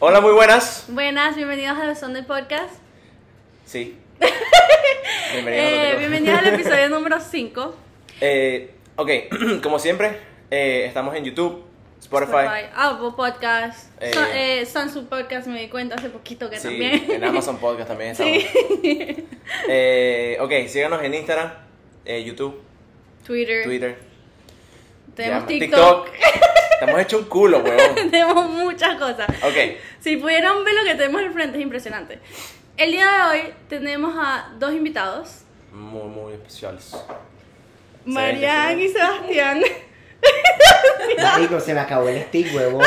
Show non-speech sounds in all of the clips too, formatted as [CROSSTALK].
Hola, muy buenas. Buenas, bienvenidos a Son del Podcast. Sí. [LAUGHS] Eh, Bienvenidos. bienvenidos al [LAUGHS] episodio número 5. Eh, ok, [CLEARS THROAT] como siempre, eh, estamos en YouTube, Spotify, Ah, Apple Podcast. Eh. Son- eh, Samsung Podcast, me di cuenta hace poquito que sí, también. en Amazon Podcast también estamos. [LAUGHS] Sí. Eh, ok, síganos en Instagram, eh, YouTube, Twitter. Twitter. Tenemos ya, TikTok. Estamos hecho un culo, huevón. [LAUGHS] Tenemos muchas cosas. Ok, Si pudieron ver lo que tenemos al frente, es impresionante. El día de hoy tenemos a dos invitados, muy, muy especiales. Marian y [LAUGHS] Sebastián. Marico, se me acabó el stick, huevón.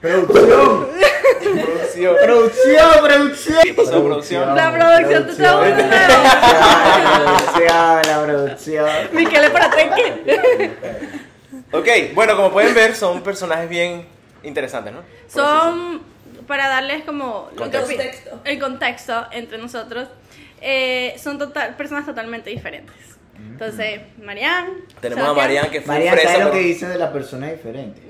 producción, Producción. producción, producción. ¿Qué pasó, producción? La producción te está [LAUGHS] La producción, la producción. Miquel, para que Ok, bueno, como pueden ver, son personajes bien interesantes, ¿no? Por así Son para darles como lo que Contexto. opi- el contexto entre nosotros. eh, son total, personas totalmente diferentes. Entonces, Marian. decirlo. Mm. Tenemos a Marian que fue un María, fresa, ¿sabes lo que pero- dice de la persona diferente?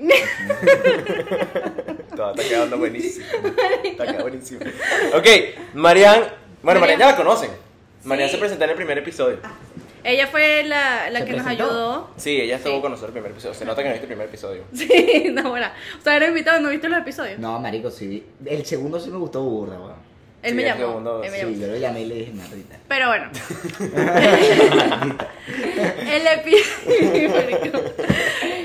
Todo está [LAUGHS] quedando buenísimo. Está quedando buenísimo. Ok, Marian. Bueno, Marian ya la conocen. Marian Sí. Ah. se presentó en el primer episodio. Ella fue la, la ¿Se que nos presentó? ayudó. [LAUGHS] Sí, ella estuvo Sí. con nosotros en el primer episodio. Se nota que no viste el primer episodio. Sí, no, bueno. O sea, era invitado, ¿no viste los episodios? No, marico, sí. vi- El segundo sí me gustó burda, weón. Él Sí, me el llamó. segundo, él me llamó. Sí, yo lo llamé y le dije, Marita. Pero [LAUGHS] bueno. el, [LAUGHS] epi-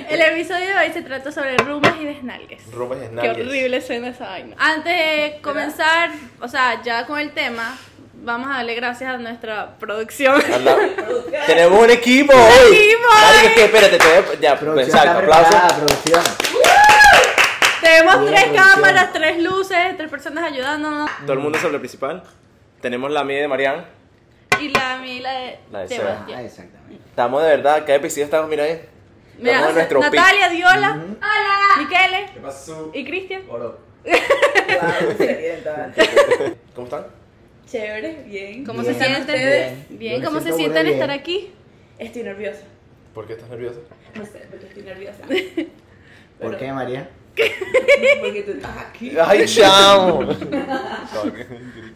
el episodio de hoy se trata sobre rumas y desnalgues. Rumbas y Qué desnalgues. horrible suena esa vaina. Antes de comenzar, o sea, ya con el tema, vamos a darle gracias a nuestra producción. Anda. Tenemos un equipo hoy. equipo Marica, hoy. es que espérate, te voy a- ya, pues, Producción exacto, está preparada, aplauso. producción. [LAUGHS] Tenemos Bien, tres producción. cámaras, tres luces, tres personas ayudándonos. Todo el mundo sobre el principal. Tenemos la mía de Marian. Y la mila de, La de Sebastián. Ah, exactamente. Estamos de verdad, cada episodio estamos, mira ahí. Mira, Estamos en nuestro pic. Natalia, Diola, Ujú. hola, Michele ¿Qué pasó? y Cristian. ¿Cómo están? Chévere, bien. ¿Cómo Bien. se sienten? Bien. Bien, Yo me ¿cómo se siento sienten muy estar bien. aquí? Estoy nerviosa. ¿Por qué estás nerviosa? No sé, porque estoy nerviosa. ¿Por qué, María? Porque tú estás [LAUGHS] aquí. ¡Ay, [LAUGHS] chamo! Ojo,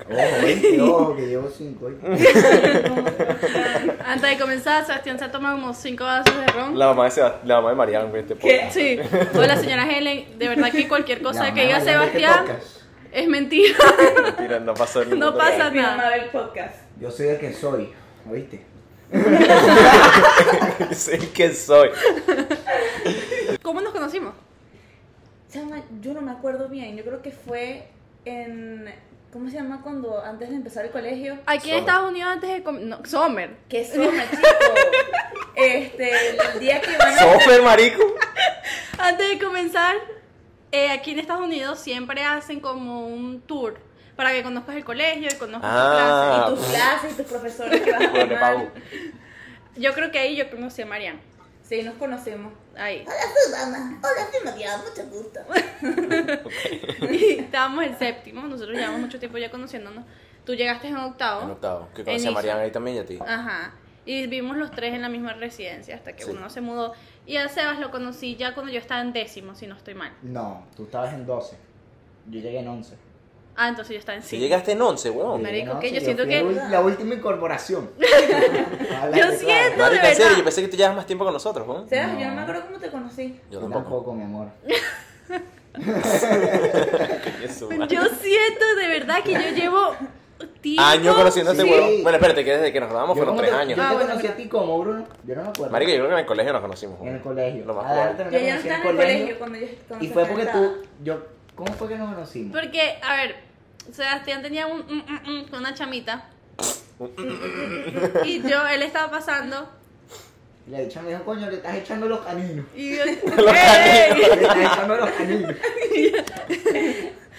Oh, eh, ojo, que llevo cinco. eh. [LAUGHS] Antes de comenzar, Sebastián se ha tomado como cinco vasos de ron. la mamá de, Sebast- la mamá de Marian, güey, este ¿Qué? Sí, hola señora Helen, de verdad que cualquier cosa La que diga mamá de este Sebastián podcast. es mentira. Mentira, no pasó el No pasa Mi mamá nada. ve el podcast. Yo soy el que soy, ¿oíste? [LAUGHS] Sí, que soy. ¿Cómo nos conocimos? Chama, yo no me acuerdo bien. Yo creo que fue en. ¿Cómo se llama cuando antes de empezar el colegio? Aquí en Summer. Estados Unidos antes de... com- No, Summer. Que soma, chico. Este, el día que iban a. Sofer, marico. Antes de comenzar, eh, aquí en Estados Unidos siempre hacen como un tour para que conozcas el colegio y conozcas Ah. tu Tus clases y tus profesores que vas a Bueno, tomar. Pau. clase. Yo creo que ahí yo conocí a Marian. Sí, nos conocemos. Ahí. [LAUGHS] Susana, hola, soy María, mucho gusto. Y estábamos en séptimo, nosotros llevamos mucho tiempo ya conociéndonos. Tú llegaste en octavo. En octavo. Que conocí a Inicio. Marian ahí también y a ti. Ajá. Y vivimos los tres en la misma residencia hasta que Sí. uno se mudó. Y a Sebas lo conocí ya cuando yo estaba en décimo, si no estoy mal. No, tú estabas en 12. Yo llegué en 11. Ah, entonces yo estaba en Si sí. llegaste en once, huevón. Marico, No, que sí, yo siento fui que- ul- La última incorporación. Yo siento- No, de Marica, en serio, verdad. yo pensé que tú llevas más tiempo con nosotros, huevón. Sebas, yo no No. me acuerdo cómo te conocí. Yo Yo tampoco. tampoco, mi amor. Eso, Yo siento de verdad que yo [LAUGHS] llevo tiempo. Año conociendo a este Sí. huevón. Bueno, espérate, que desde que nos grabamos fueron como tres te- años. Yo Ah, te bueno, conocí a ti como Bruno. Yo no me acuerdo. Marica, yo creo que en el colegio nos conocimos, en el huevón. colegio. Lo más A Dara probable. Yo también ya no la conocí estaba en el colegio cuando yo cuando Y fue Susana porque estaba. tú. Yo, ¿Cómo fue que nos conocimos? Porque, a ver, Sebastián tenía un, un- un- un con una chamita. y yo, él estaba pasando. Y la dicha me dijo, coño, le estás echando los caninos. Y [LAUGHS] yo, ¡Ey! Le estás echando los caninos. [LAUGHS]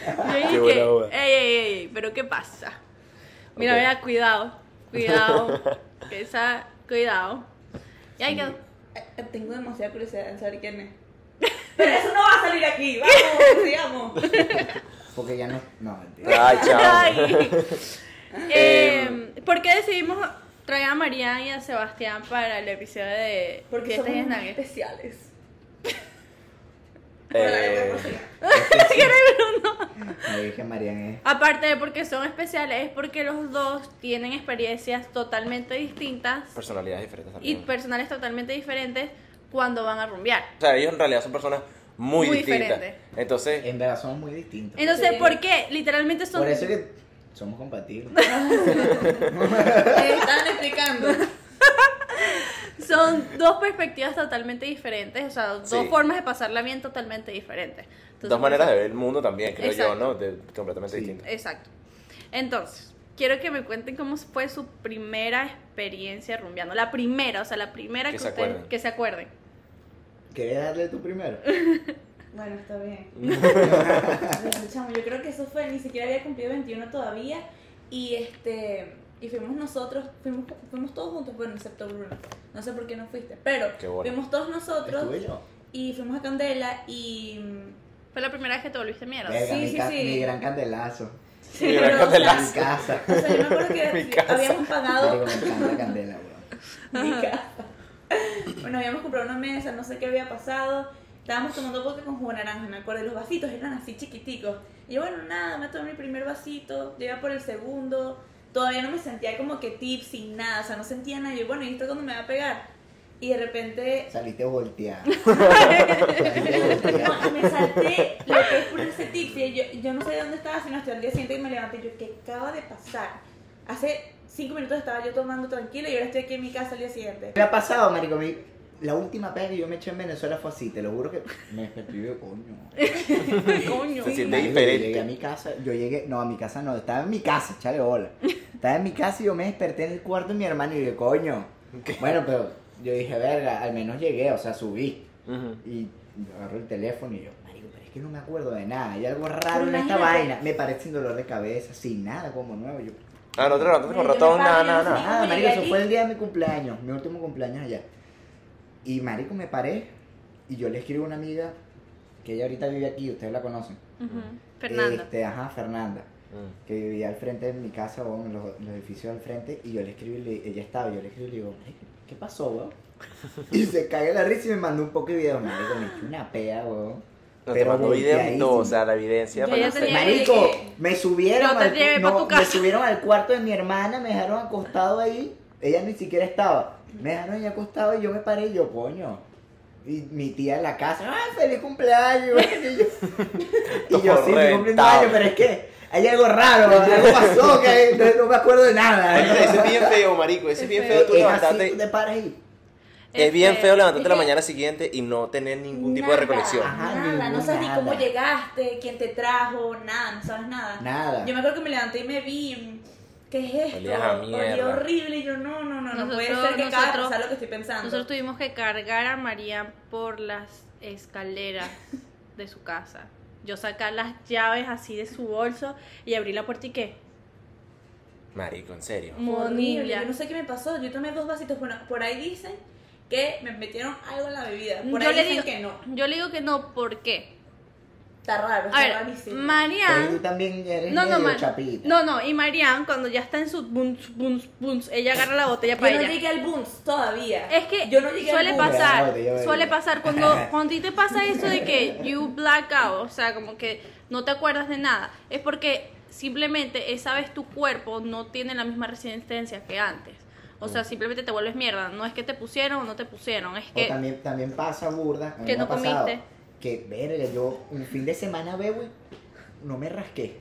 Yo dije, Qué buena boda. ey, ey, ey, ey, pero ¿qué pasa? Mira, Ok. mira, cuidado, cuidado, [LAUGHS] que esa, cuidado. Y ahí quedó. Eh, Tengo demasiada curiosidad en saber quién es. Pero eso no va a salir aquí, vamos, sigamos. Porque ya no. [LAUGHS] No, mentira. Ay, [LAUGHS] chao. [LAUGHS] Em. Ay. Eh, ¿Por qué decidimos traer a Marian y a Sebastián para el episodio de Porque de somos Tejes unos Nuggets? especiales. Eh, Es que sí, es que Marian es. Aparte de porque son especiales, es porque los dos tienen experiencias totalmente distintas Personalidades diferentes y pues- también. personales totalmente diferentes cuando van a rumbear. o sea, ellos en realidad son personas muy, Muy distintas. diferentes. Entonces, En verdad somos muy distintos. Entonces, Sí. ¿por qué? Literalmente son... Por eso que somos compatibles. Les estaban explicando. Son dos perspectivas totalmente diferentes, o sea, dos Sí. formas de pasarla bien totalmente diferentes. Entonces, dos maneras de ver el mundo también, creo yo, Exacto. ¿no? De- completamente Sí. distintas. Exacto. Entonces, quiero que me cuenten cómo fue su primera experiencia rumbeando. La primera, o sea, la primera Que que, se ustedes- acuerden. que se acuerden. ¿Quieres darle tú primero? Bueno, está [LAUGHS] bien. Bueno, chamo, yo creo que eso fue, ni siquiera había cumplido 21 todavía. Y este y fuimos nosotros, fuimos, fuimos todos juntos, bueno, excepto Bruno. No sé por qué no fuiste, pero Qué bola. fuimos todos nosotros Estuve yo. y fuimos a Candela y mm, Fue la primera vez que te volviste mierda. Verga, sí, mi, sí, ca- sí. mi gran candelazo. Sí, la [LAUGHS] pero, o sea, Candela. Mi casa. [LAUGHS] o sea, yo me acuerdo Mi que casa. habíamos pagado Digo, me encanta candela, weón. mi casa. Bueno, habíamos comprado una mesa, no sé qué había pasado. Estábamos tomando poke con jugo de naranja, me acuerdo. Y los vasitos eran así chiquiticos. Y yo, bueno, nada, me tomé mi primer vasito, llegué por el segundo. Todavía no me sentía como que tips sin nada, o sea, no sentía nada. Y yo, bueno, ¿y esto cuándo me va a pegar? Y de repente, Saliste volteada. [LAUGHS] [LAUGHS] no, y me salté lo que es ponerse tips. Y yo, yo no sé de dónde estaba, sino hasta el día siguiente que me levanté. Yo, ¿qué acaba de pasar? Hace cinco minutos estaba yo tomando tranquilo y ahora estoy aquí en mi casa el día siguiente. Me ha pasado, marico. mi- La última pega que yo me eché en Venezuela fue así, te lo juro que me desperté y yo, coño. Coño. Se siente Marico, yo diferente. llegué a mi casa, yo llegué, no, a mi casa no, estaba en mi casa, chale bola. Estaba en mi casa y yo me desperté en el cuarto de mi hermano y dije, coño. Bueno, pero yo dije, verga, al menos llegué, o sea, subí. Ujú. Y agarro el teléfono y yo, marico, pero es que no me acuerdo de nada, hay algo raro en Pero esta imagínate. vaina. Me parece sin dolor de cabeza, sin nada, como nuevo. Yo, Ah, no te levantaste con Yo me ratón, paro, nada, yo nada, no sé. nada. Ah, ¿Cómo marico, llegué eso aquí? fue el día de mi cumpleaños, mi último cumpleaños allá. Y marico, me paré y yo le escribo a una amiga que ella ahorita vive aquí, ustedes la conocen. Ujú. Fernanda. Este, ajá, Fernanda, Mm. que vivía al frente de mi casa, o en los, en los edificios al frente, y yo le escribí, y le- ella estaba, yo le escribí y le digo, "Marico, ¿qué pasó, weón? [LAUGHS] Y se caga la risa y me mandó un poco de video, marico, me hizo una pea, weón. No, te mandó videos y todo, o sea, la evidencia. Yo para ya no ser- tenía- Pues, Marico, me subieron, No te al, llevé no, pa' tu me casa. subieron al cuarto de mi hermana, me dejaron acostado ahí, ella ni siquiera estaba, me dejaron ahí acostado y yo me paré y yo, coño. Y mi tía en la casa, ¡ay, feliz cumpleaños! [LAUGHS] Y yo, y yo, sí, mi Reventado. cumpleaños, pero es que hay algo raro, algo pasó, que no, no me acuerdo de nada. Marico, ese es bien feo, marico. Ese es bien feo. Tú Es así, levantarte. tú te paras y... Es bien feo levantarte la Es que- mañana siguiente y no tener ningún tipo de Nada, reconexión. Ajá, Nada, no ningún sabes ni nada. cómo llegaste, quién te trajo, nada, no sabes nada. Nada. Yo me acuerdo que me levanté y me vi, mm, ¿qué es esto? Olías a mierda. horrible y yo, no, no, no, no puede Nosotros- ser que acaba de nosotros- pasar lo que estoy pensando. Nosotros tuvimos que cargar a María por las [LAUGHS] escaleras de su casa. Yo sacar las llaves así de su bolso y abrí la puerta y qué. Marico, en serio. Fue horrible, Monilla. yo no sé qué me pasó, yo tomé dos vasitos, bueno, por ahí dicen que me metieron algo en la bebida, por Yo ahí le dicen digo- que no, Yo le digo que no, ¿por qué? está raro, está A ver, rarísimo. Pero tú Marian. también eres No, no, medio Mar- chapita. no, no, y Marian cuando ya está en su buns, buns, buns, ella agarra la botella yo para no ella. llegué al Boons todavía. Es que yo no llegué suele al Boons. pasar, Espérate, ya va, ya va. suele pasar cuando, [LAUGHS] cuando a ti te pasa eso de que you black out, o sea, como que no te acuerdas de nada, es porque simplemente esa vez tu cuerpo no tiene la misma resistencia que antes. O sea, simplemente te vuelves mierda. No es que te pusieron o no te pusieron, es Mm. O que también, también pasa burda. a mí Que me no ha pasado comiste. Que, verga, yo un fin de semana bebo y no me rasqué.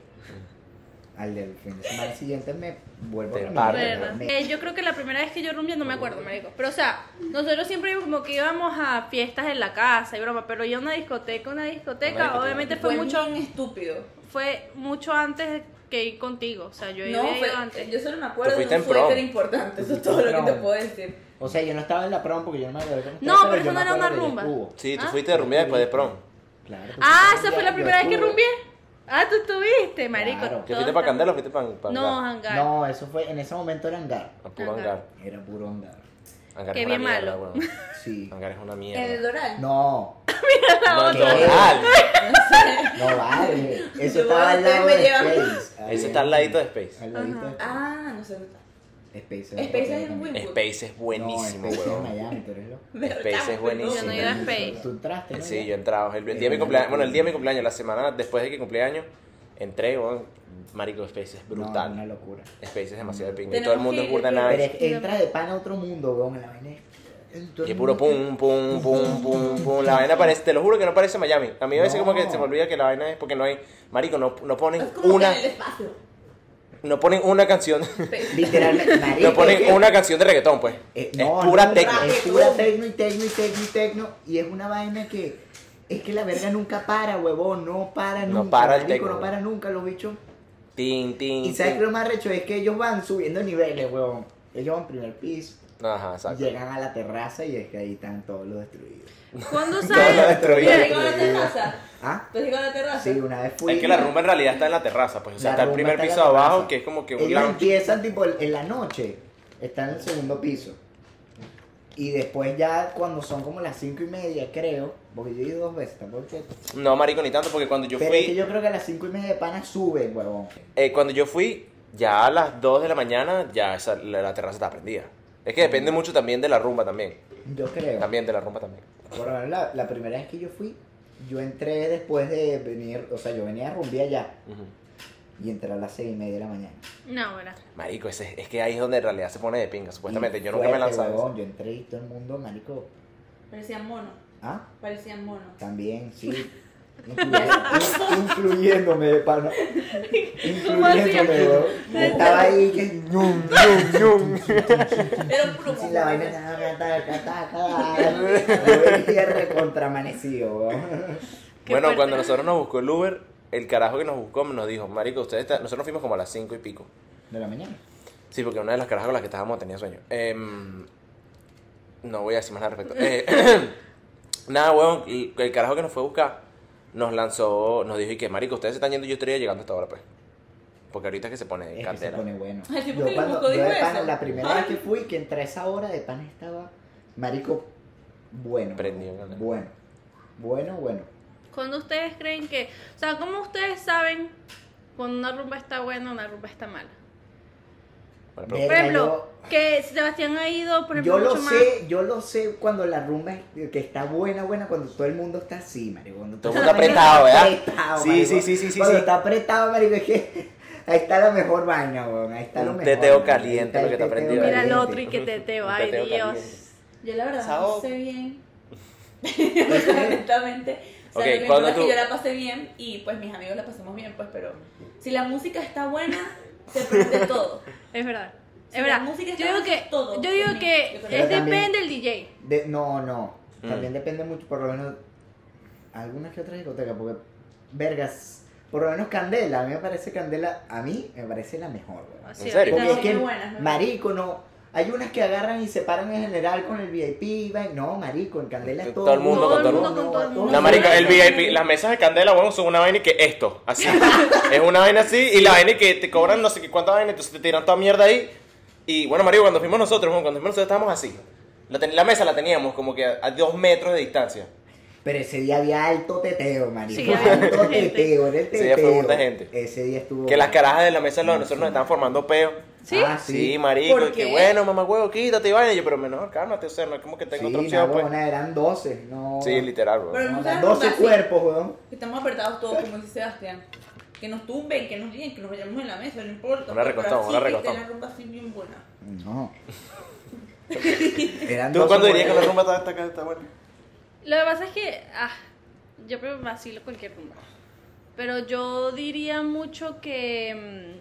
Al del fin de semana siguiente me vuelvo Te a partes, Verdad. me- Eh, yo creo que la primera vez que yo rumbeé no me acuerdo, marico. Pero o sea, nosotros siempre como que íbamos a fiestas en la casa y broma, pero yo a una discoteca, una discoteca, discoteca. obviamente fue mucho bien estúpido. fue mucho antes que ir contigo, o sea, yo No, había fue- ido antes. yo solo me acuerdo Tú de fuiste un en prom. suéter importante, eso es todo lo que te Prom. puedo decir. O sea, yo no estaba en la prom porque yo no me acuerdo. No, pero eso no era una rumba. Sí, tú Ah. fuiste de rumbear después de prom. Claro. tú Ah, fuiste esa fue rumbear, la yo primera vez que estuve. rumbié. Ah, tú estuviste, marico. Claro. ¿Que todo fuiste para está- Candela o fuiste para para No, hangar? hangar. [LAUGHS] No, eso fue, en ese momento era hangar. A puro hangar. Era puro hangar. Hangar Qué es una bien mierda, malo. weón. Sí. Hangar es una En el mierda. Doral. No, No, otra. total. [LAUGHS] no vale. Eso Yo estaba al lado me de llevan- Space. Ahí Ese en- está al ladito de Space. Al ladito de Ajá. Space. Ah, no sé. Space. Space es un muy Space es buenísimo, no, Space weón. Es Miami, tú eres loco. Space es buenísimo. Yo no iba a Space. Tú entraste, Este, ¿no? Sí, Ya. Eh, yo entraba. El, el día de mi cumpleaños, bueno, el día de mi cumpleaños, la semana después de que cumpleaños, Entré, weón, marico, Space es brutal. No, una locura. Space es demasiado de pinga. Y Tenemos todo el mundo que es burda ir, Pero nice. es- entra de pan a otro mundo, weón. La vaina es. todo Y es el puro pum, mundo- pum, [LAUGHS] pum, pum, pum. La vaina parece, te lo juro que no parece Miami. A mí a veces No. como que se me olvida que la vaina es porque no hay. Marico, no, no ponen Es como una. que en el espacio. No ponen una [LAUGHS] canción. [LAUGHS] Literalmente, marico. No ponen es- una canción de reggaetón, pues. Eh, Es no, pura no, tecno. Es pura tecno y tecno y tecno y tecno. Y es una vaina que. Es que la verga nunca para, huevón. No para nunca. No para el marico, tecno. No para nunca, los bichos. Tin, tin. Y sabes tin. que lo más recho es que ellos van subiendo niveles, huevón. Ellos van primer piso, Ajá, exacto. llegan a la terraza y es que ahí están todos los destruidos. [LAUGHS] ¿Cuándo lo sale? destruí. Mira, Te digo la terraza. ¿Ah? Te digo la terraza. Sí, una vez fui. Es que la rumba en realidad está en la terraza, pues. O sea, La está el rumba primer está en la piso abajo, terraza. que es como que un Ellos lounge. empiezan tipo en la noche, están en el segundo piso. Y después ya cuando son como las cinco y media, creo, porque yo he ido dos veces, tampoco es que... No, marico, ni tanto, porque cuando yo Pero es que fui. yo creo que a las cinco y media de pana suben, huevón. eh, cuando yo fui, ya a las 2 de la mañana, ya esa- la, la terraza está prendida. Es que depende mucho también de la rumba también. Yo creo. También de la rumba también. Por lo menos la, la primera vez que yo fui, yo entré después de venir, o sea, yo venía de rumbear ya Ujú. y entré a las seis y media de la mañana. No, bueno. Marico, ese, es que ahí es donde en realidad se pone de pinga, supuestamente. Y Yo nunca me he fuerte, lanzado. huevón, Yo entré y todo el mundo, marico. Parecían mono. Ah, Parecían mono. también, sí. Incluye- Incluyéndome de pana. Incluyéndome, huevón. Yo Estaba ahí que. ñum, ñum, ñum. Era un puro Sí, mono. la vaina estaba taca, taca, taca. Yo venía recontramanecido, huevón. Qué Bueno, fuerte. cuando nosotros nos buscó el Uber, el carajo que nos buscó nos dijo, Marico, ustedes están- nosotros nos fuimos como a las 5 y pico. De la mañana. Sí, porque una de las carajas con las que estábamos tenía sueño. Em, no voy a decir más nada al respecto. Eh, [COUGHS] nada, weón, el, el carajo que nos fue a buscar nos lanzó, nos dijo, y que, marico, ustedes se están yendo y yo estaría llegando hasta ahora, pues. Porque ahorita es que se pone Es que se candela. pone bueno. El tipo que Yo le cuando buscó yo de dijo pana, eso. la primera vez que Ay. fui, que entré a esa hora de pan estaba, marico, bueno. Prendido, ¿no? Bueno, bueno, bueno. Cuando ustedes creen que, o sea, ¿cómo ustedes saben cuando una rumba está buena o una rumba está mala? Bueno, Ve- pero- Por Verga, ejemplo, que Sebastián ha ido, por ejemplo, Yo lo mucho sé, yo lo sé cuando la rumba es- que está buena, buena, cuando todo el mundo está así, marico. Cuando Todo el esa mundo vaina apretado, está ¿verdad? apretado, Sí, marico. sí, sí, sí, sí, Cuando sí. está apretado, marico, es que [LAUGHS] ahí está la mejor vaina, weón. Ahí está Un lo mejor. teteo weón. Ahí caliente, está lo el que te teteo aprendió. más. Mira al caliente. [LAUGHS] otro y que te te va, ay teteo Dios. Yo la verdad Sao. no sé bien. [LAUGHS] Honestamente. O sea, Ok, lo que cuando importa es tú- que yo la pasé bien y pues mis amigos la pasamos bien, pues, pero si la música está buena, se prende todo. Es verdad. Es Si la verdad. música Yo está digo buena, que, todo yo digo también. que Yo creo que es también. depende del DJ. De- no, no. Mm. También depende mucho, por lo menos, algunas que otras discotecas, porque, vergas, por lo menos Candela, a mí me parece Candela, a mí me parece la mejor, weón. Así, serio? ahorita Porque es sí, sí. que, muy buenas, ¿no? marico, no, hay unas que agarran y se paran en general con el VIP, y va- no, marico, en Candela es todo, Todo el mundo con todo el mundo. Todo el mundo con todo el No, mundo. marico, el VIP, las mesas de candela, weón, son una vaina y que esto, así. [LAUGHS] es una vaina así y la vaina que te cobran no sé qué cuánta vaina, entonces te tiran toda mierda ahí. Y bueno, marico, cuando fuimos nosotros, weón, cuando fuimos nosotros estábamos así. La, ten- la mesa la teníamos como que a, a dos metros de distancia. Pero ese día había alto teteo, marico, Sí, había alto mucha gente. teteo, era el Ese teteo. día fue burda gente. Ese día estuvo... Que las carajas de la mesa de nosotros nos estaban formando peo. ¿Sí? Ah, sí. Sí, marico, ¿Por y que qué? bueno, mamá huevo, quítate y vaina. Y yo, pero menor, cálmate, o sea, no es como que tengo Sí, otra no, opción, pues. huevona, eran 12, no... Sí, literal, weón. Pero- no, no eran seas 12 rumba, sí. cuerpos, weón. Que Estamos apretados todos, como dice Sebastián. Que nos tumben, que nos digan, que nos vayamos en la mesa, no importa. Ahora pues, pero recostamos, así, ahora que esté recostamos. la rumba así bien buena. [LAUGHS] No. Eran ¿Tú dos cuándo dirías que la soportes. rumba está, está, está buena? Lo que pasa es que ah, yo me vacilo cualquier rumba. Pero yo diría mucho que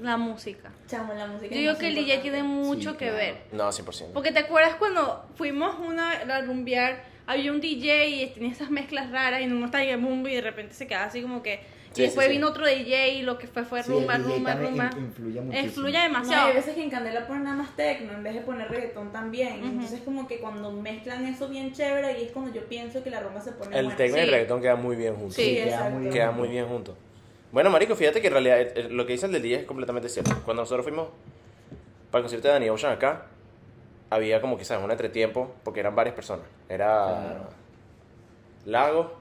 mm, la música. Chamo, la música. Yo es digo más que el DJ importante. tiene mucho Sí, que claro. ver. No, 100%. Porque te acuerdas cuando fuimos una a rumbear, había un DJ y tenía esas mezclas raras y uno estaba en el mundo y de repente se quedaba así como que. Sí, sí, y después sí. vino otro DJ y lo que fue fue Sí, rumba, el DJ rumba, también rumba. in- Influye muchísimo. Influye No, demasiado. hay veces que en Candela ponen nada más tecno en vez de poner reggaetón también. Ujú. Entonces, como que cuando mezclan eso bien chévere, y es cuando yo pienso que la rumba se pone El buena. tecno y el Sí. reggaetón quedan muy bien juntos. Sí, queda exacto. muy bien. Queda muy bien juntos. Bueno, marico, fíjate que en realidad eh, eh, lo que dice el del DJ es completamente cierto. Cuando nosotros fuimos para el concierto de Danny Ocean acá, había como quizás un entretiempo, porque eran varias personas. Era Claro. Lago,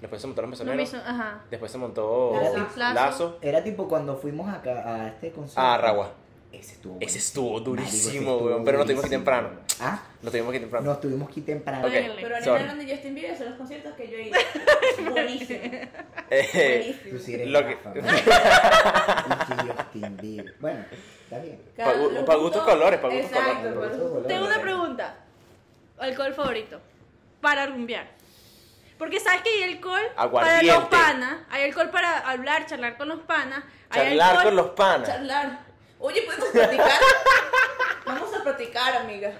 después se montó los No me mesoneros, hizo- ajá. después se montó Lazo. Lazo, Era tipo cuando fuimos acá a este concierto. a Aragua. Ese estuvo. Ah, Ese bueno. estuvo Marico, ese durísimo, estuvo weón, pero nos tuvimos que ir durísimo. temprano. Ah, Nos tuvimos que ir temprano. nos tuvimos que ir temprano. Ok, Dale. Pero ahorita [LAUGHS] sorry. hablando de Justin Bieber, son los conciertos que yo he ido. Buenísimo. Eh, Buenísimo. Tú sí eres Lo gafa, que- ¿no? Y que Justin Bieber. Bueno, está bien. Cada- Pa' gu- los pa' gustos colores, pa' gustos Exacto, colores. pa' gustos colores. Tengo una pregunta. ¿Alcohol favorito? Para rumbear. Porque sabes que hay alcohol para Aguardiente. los panas, hay alcohol para hablar, charlar con los panas, hay Charlar alcohol con los panas. Charlar. Oye, podemos [LAUGHS] practicar. Vamos a practicar, amiga.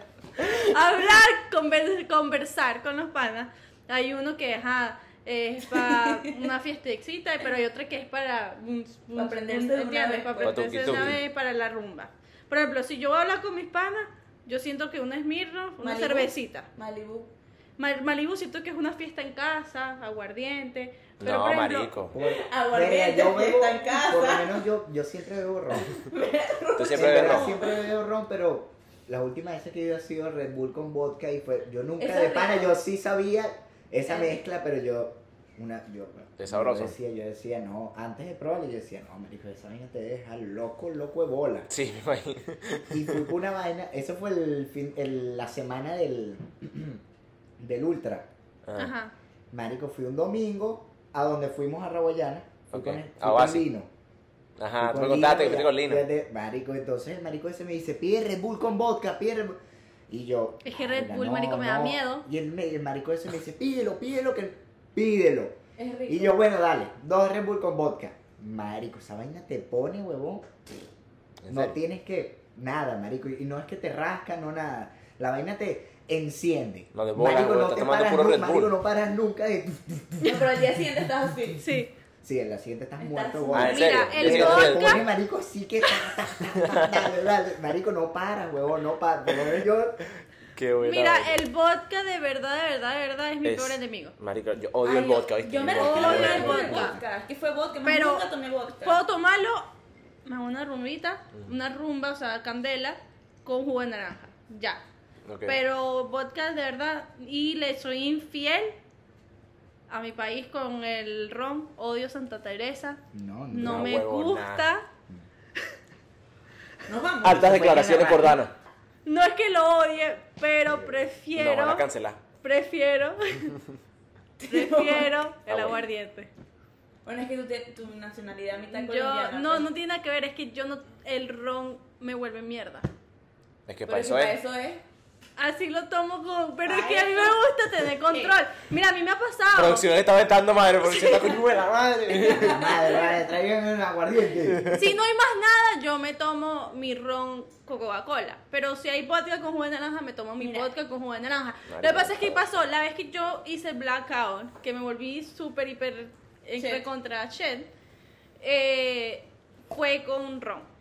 hablar, conver- conversar con los panas. Hay uno que ajá, es para una fiestecita, pero hay otro que es para un, un- Pa' aprenderse un- de una ¿entiendes? vez, Pa' pues. Pa' aprenderse de una tuki-tuki. vez para la rumba. Por ejemplo, si yo voy a hablar con mis panas, yo siento que una Smirnoff, una Malibu. cervecita. Malibu. Mal- Malibu siento que es una fiesta en casa, aguardiente. Pero no, por ejemplo, marico. Por- Aguardiente, Verga, yo que bebo- está en casa. Por lo menos yo, yo siempre bebo ron. Tú En siempre ves verdad, rojo. Siempre bebo ron, pero las últimas veces que yo he sido Red Bull con vodka y fue. Yo nunca Esa de rica. pana, yo sí sabía esa Es mezcla, pero yo. Una, yo, Es sabroso. Yo decía, yo decía, no, antes de probarlo, yo decía, no, marico, esa vaina te deja loco, loco de bola. Sí, me imagino. Y fui por una vaina, eso fue el fin, el- la semana del, [CLEARS THROAT] del Ultra. Ah, [LAUGHS] Ajá. Marico, fui un domingo a donde fuimos a Raboyana. Fui Ok, con, el- fui a con Oasis. Lino. Ajá, Fui tú me Lino, contaste que fuiste ya, Ah, con Lino. fíjate, marico, entonces el marico ese me dice, pide Red Bull con vodka, pide Red Bull. Y yo... Es que Red "Verga, Bull, marico, me da miedo. Y el, me- el marico ese me dice, pídelo, pídelo, que... Pídelo. Es rico. Y yo, bueno, dale, dos Red Bull con vodka. Marico, esa vaina te pone, huevón. ¿En No serio? tienes que... Nada, marico. Y no es que te rasca, no nada. La vaina te enciende. No, de bola, marico, huevón, no estás te tomando paras, puro nu- Red marico, Bull. no paras nunca de... No, pero al día siguiente estás así. Sí. Sí, en la siguiente estás Estás muerto, muerto. huevón. Ah, ¿en Mira, serio? el Sí, sí, Pero sí. te vodka- pone, marico, sí que ta, ta, ta, ta, ta, de verdad, marico, no para, huevón, no para. Por lo menos yo, Qué buena vaina. Mira, el vodka de verdad, de verdad, de verdad es mi Es- peor enemigo. Marico, yo odio el Ay, vodka, yo- ¿viste? Yo me vodka, recuerdo odio vodka, el el vodka. vodka. Que fue vodka. más Pero- nunca tomé vodka. Puedo tomarlo más una rumbita, una rumba, o sea, candela con jugo de naranja. Ya. Ok. Pero vodka de verdad y le soy infiel a mi país con el ron. Odio Santa Teresa. no, No Una me huevona. gusta. Nos vamos. Altas declaraciones por Dano. No es que lo odie, pero No van prefiero a cancelar. [LAUGHS] prefiero prefiero el Ah, bueno. aguardiente. Bueno, es que tú te- tu nacionalidad mitad Yo colombiana. no pues. no tiene nada que ver, es que yo no el ron me vuelve mierda. Es que Pero para si eso para es. eso es. Así lo tomo con. Pero es Ah, que a mí me eso. gusta tener control. Mira, a mí me ha pasado. Producción está vetando madre, producción está coño de la madre. La madre, vale, tráigame un aguardiente. Si no hay más nada, yo me tomo mi ron con Coca-Cola. Pero si hay vodka con jugo de naranja, me tomo mi Mira. vodka con jugo de naranja. Marico, Lo que pasa es que por pasó, la vez que yo hice blackout, que me volví súper, hiper, hiper Shit. contra Shed, eh, fue con ron.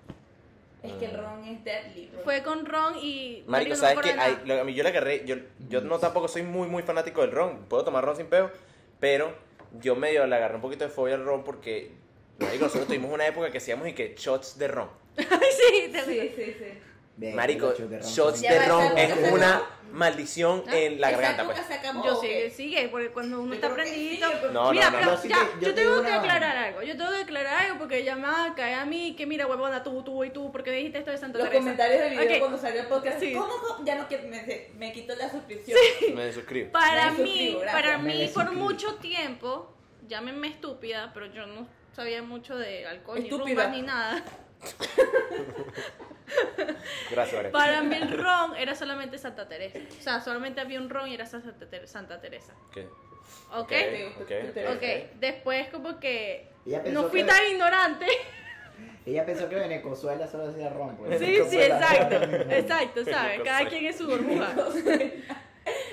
Es que Ah. el ron es deadly. bro. Fue con ron y... Marico, no ¿sabes me qué? acuerdo de Hay- nada. lo- a mí yo le agarré, yo, yo no tampoco soy muy, muy fanático del ron. Puedo tomar ron sin peo, pero yo medio le agarré un poquito de fobia al ron porque, marico, nosotros tuvimos una época que hacíamos y que shots de ron. Ay, [LAUGHS] sí, te Sí, sí, sí. Ve, Marico, los Eh, shots de ron shots son- Ya de va, ron esa- es esa- una maldición Ah, en la Esa garganta, época pues. se acabó, Yo ¿o sigue, qué? sigue, porque cuando uno Yo está creo que aprendidito. sigue, pero- No, mira, no, no, pero no, sí ya, que- yo yo te tengo digo que una- aclarar algo. Yo tengo que aclarar algo porque ya me va a caer a mí que mira, huevona, tú, tú y tú, porque dijiste esto de Santa Los Teresa. comentarios del video Ok, cuando salió el podcast. Sí. ¿Cómo? co- Ya no que me, me quito la suscripción. pues. Me suscribo. Para Me mí, suscribo, gracias, para me mí, por suscribo. mucho tiempo, llámenme estúpida, pero yo no sabía mucho de alcohol ni Estúpida. rumba ni nada. Gracias, María. Para mí el ron era solamente Santa Teresa. O sea, solamente había un ron y era Santa, Ter- Santa Teresa. Ok. ¿Ok? Ok. Ok, Ok, ok. después como que Ella pensó no fui que- tan [LAUGHS] ignorante. Ella pensó que Venezuela solo hacía ron. pues. Sí, sí, Venezuela. [LAUGHS] exacto, exacto, ¿sabes? Cosa. Cada quien en su burbuja.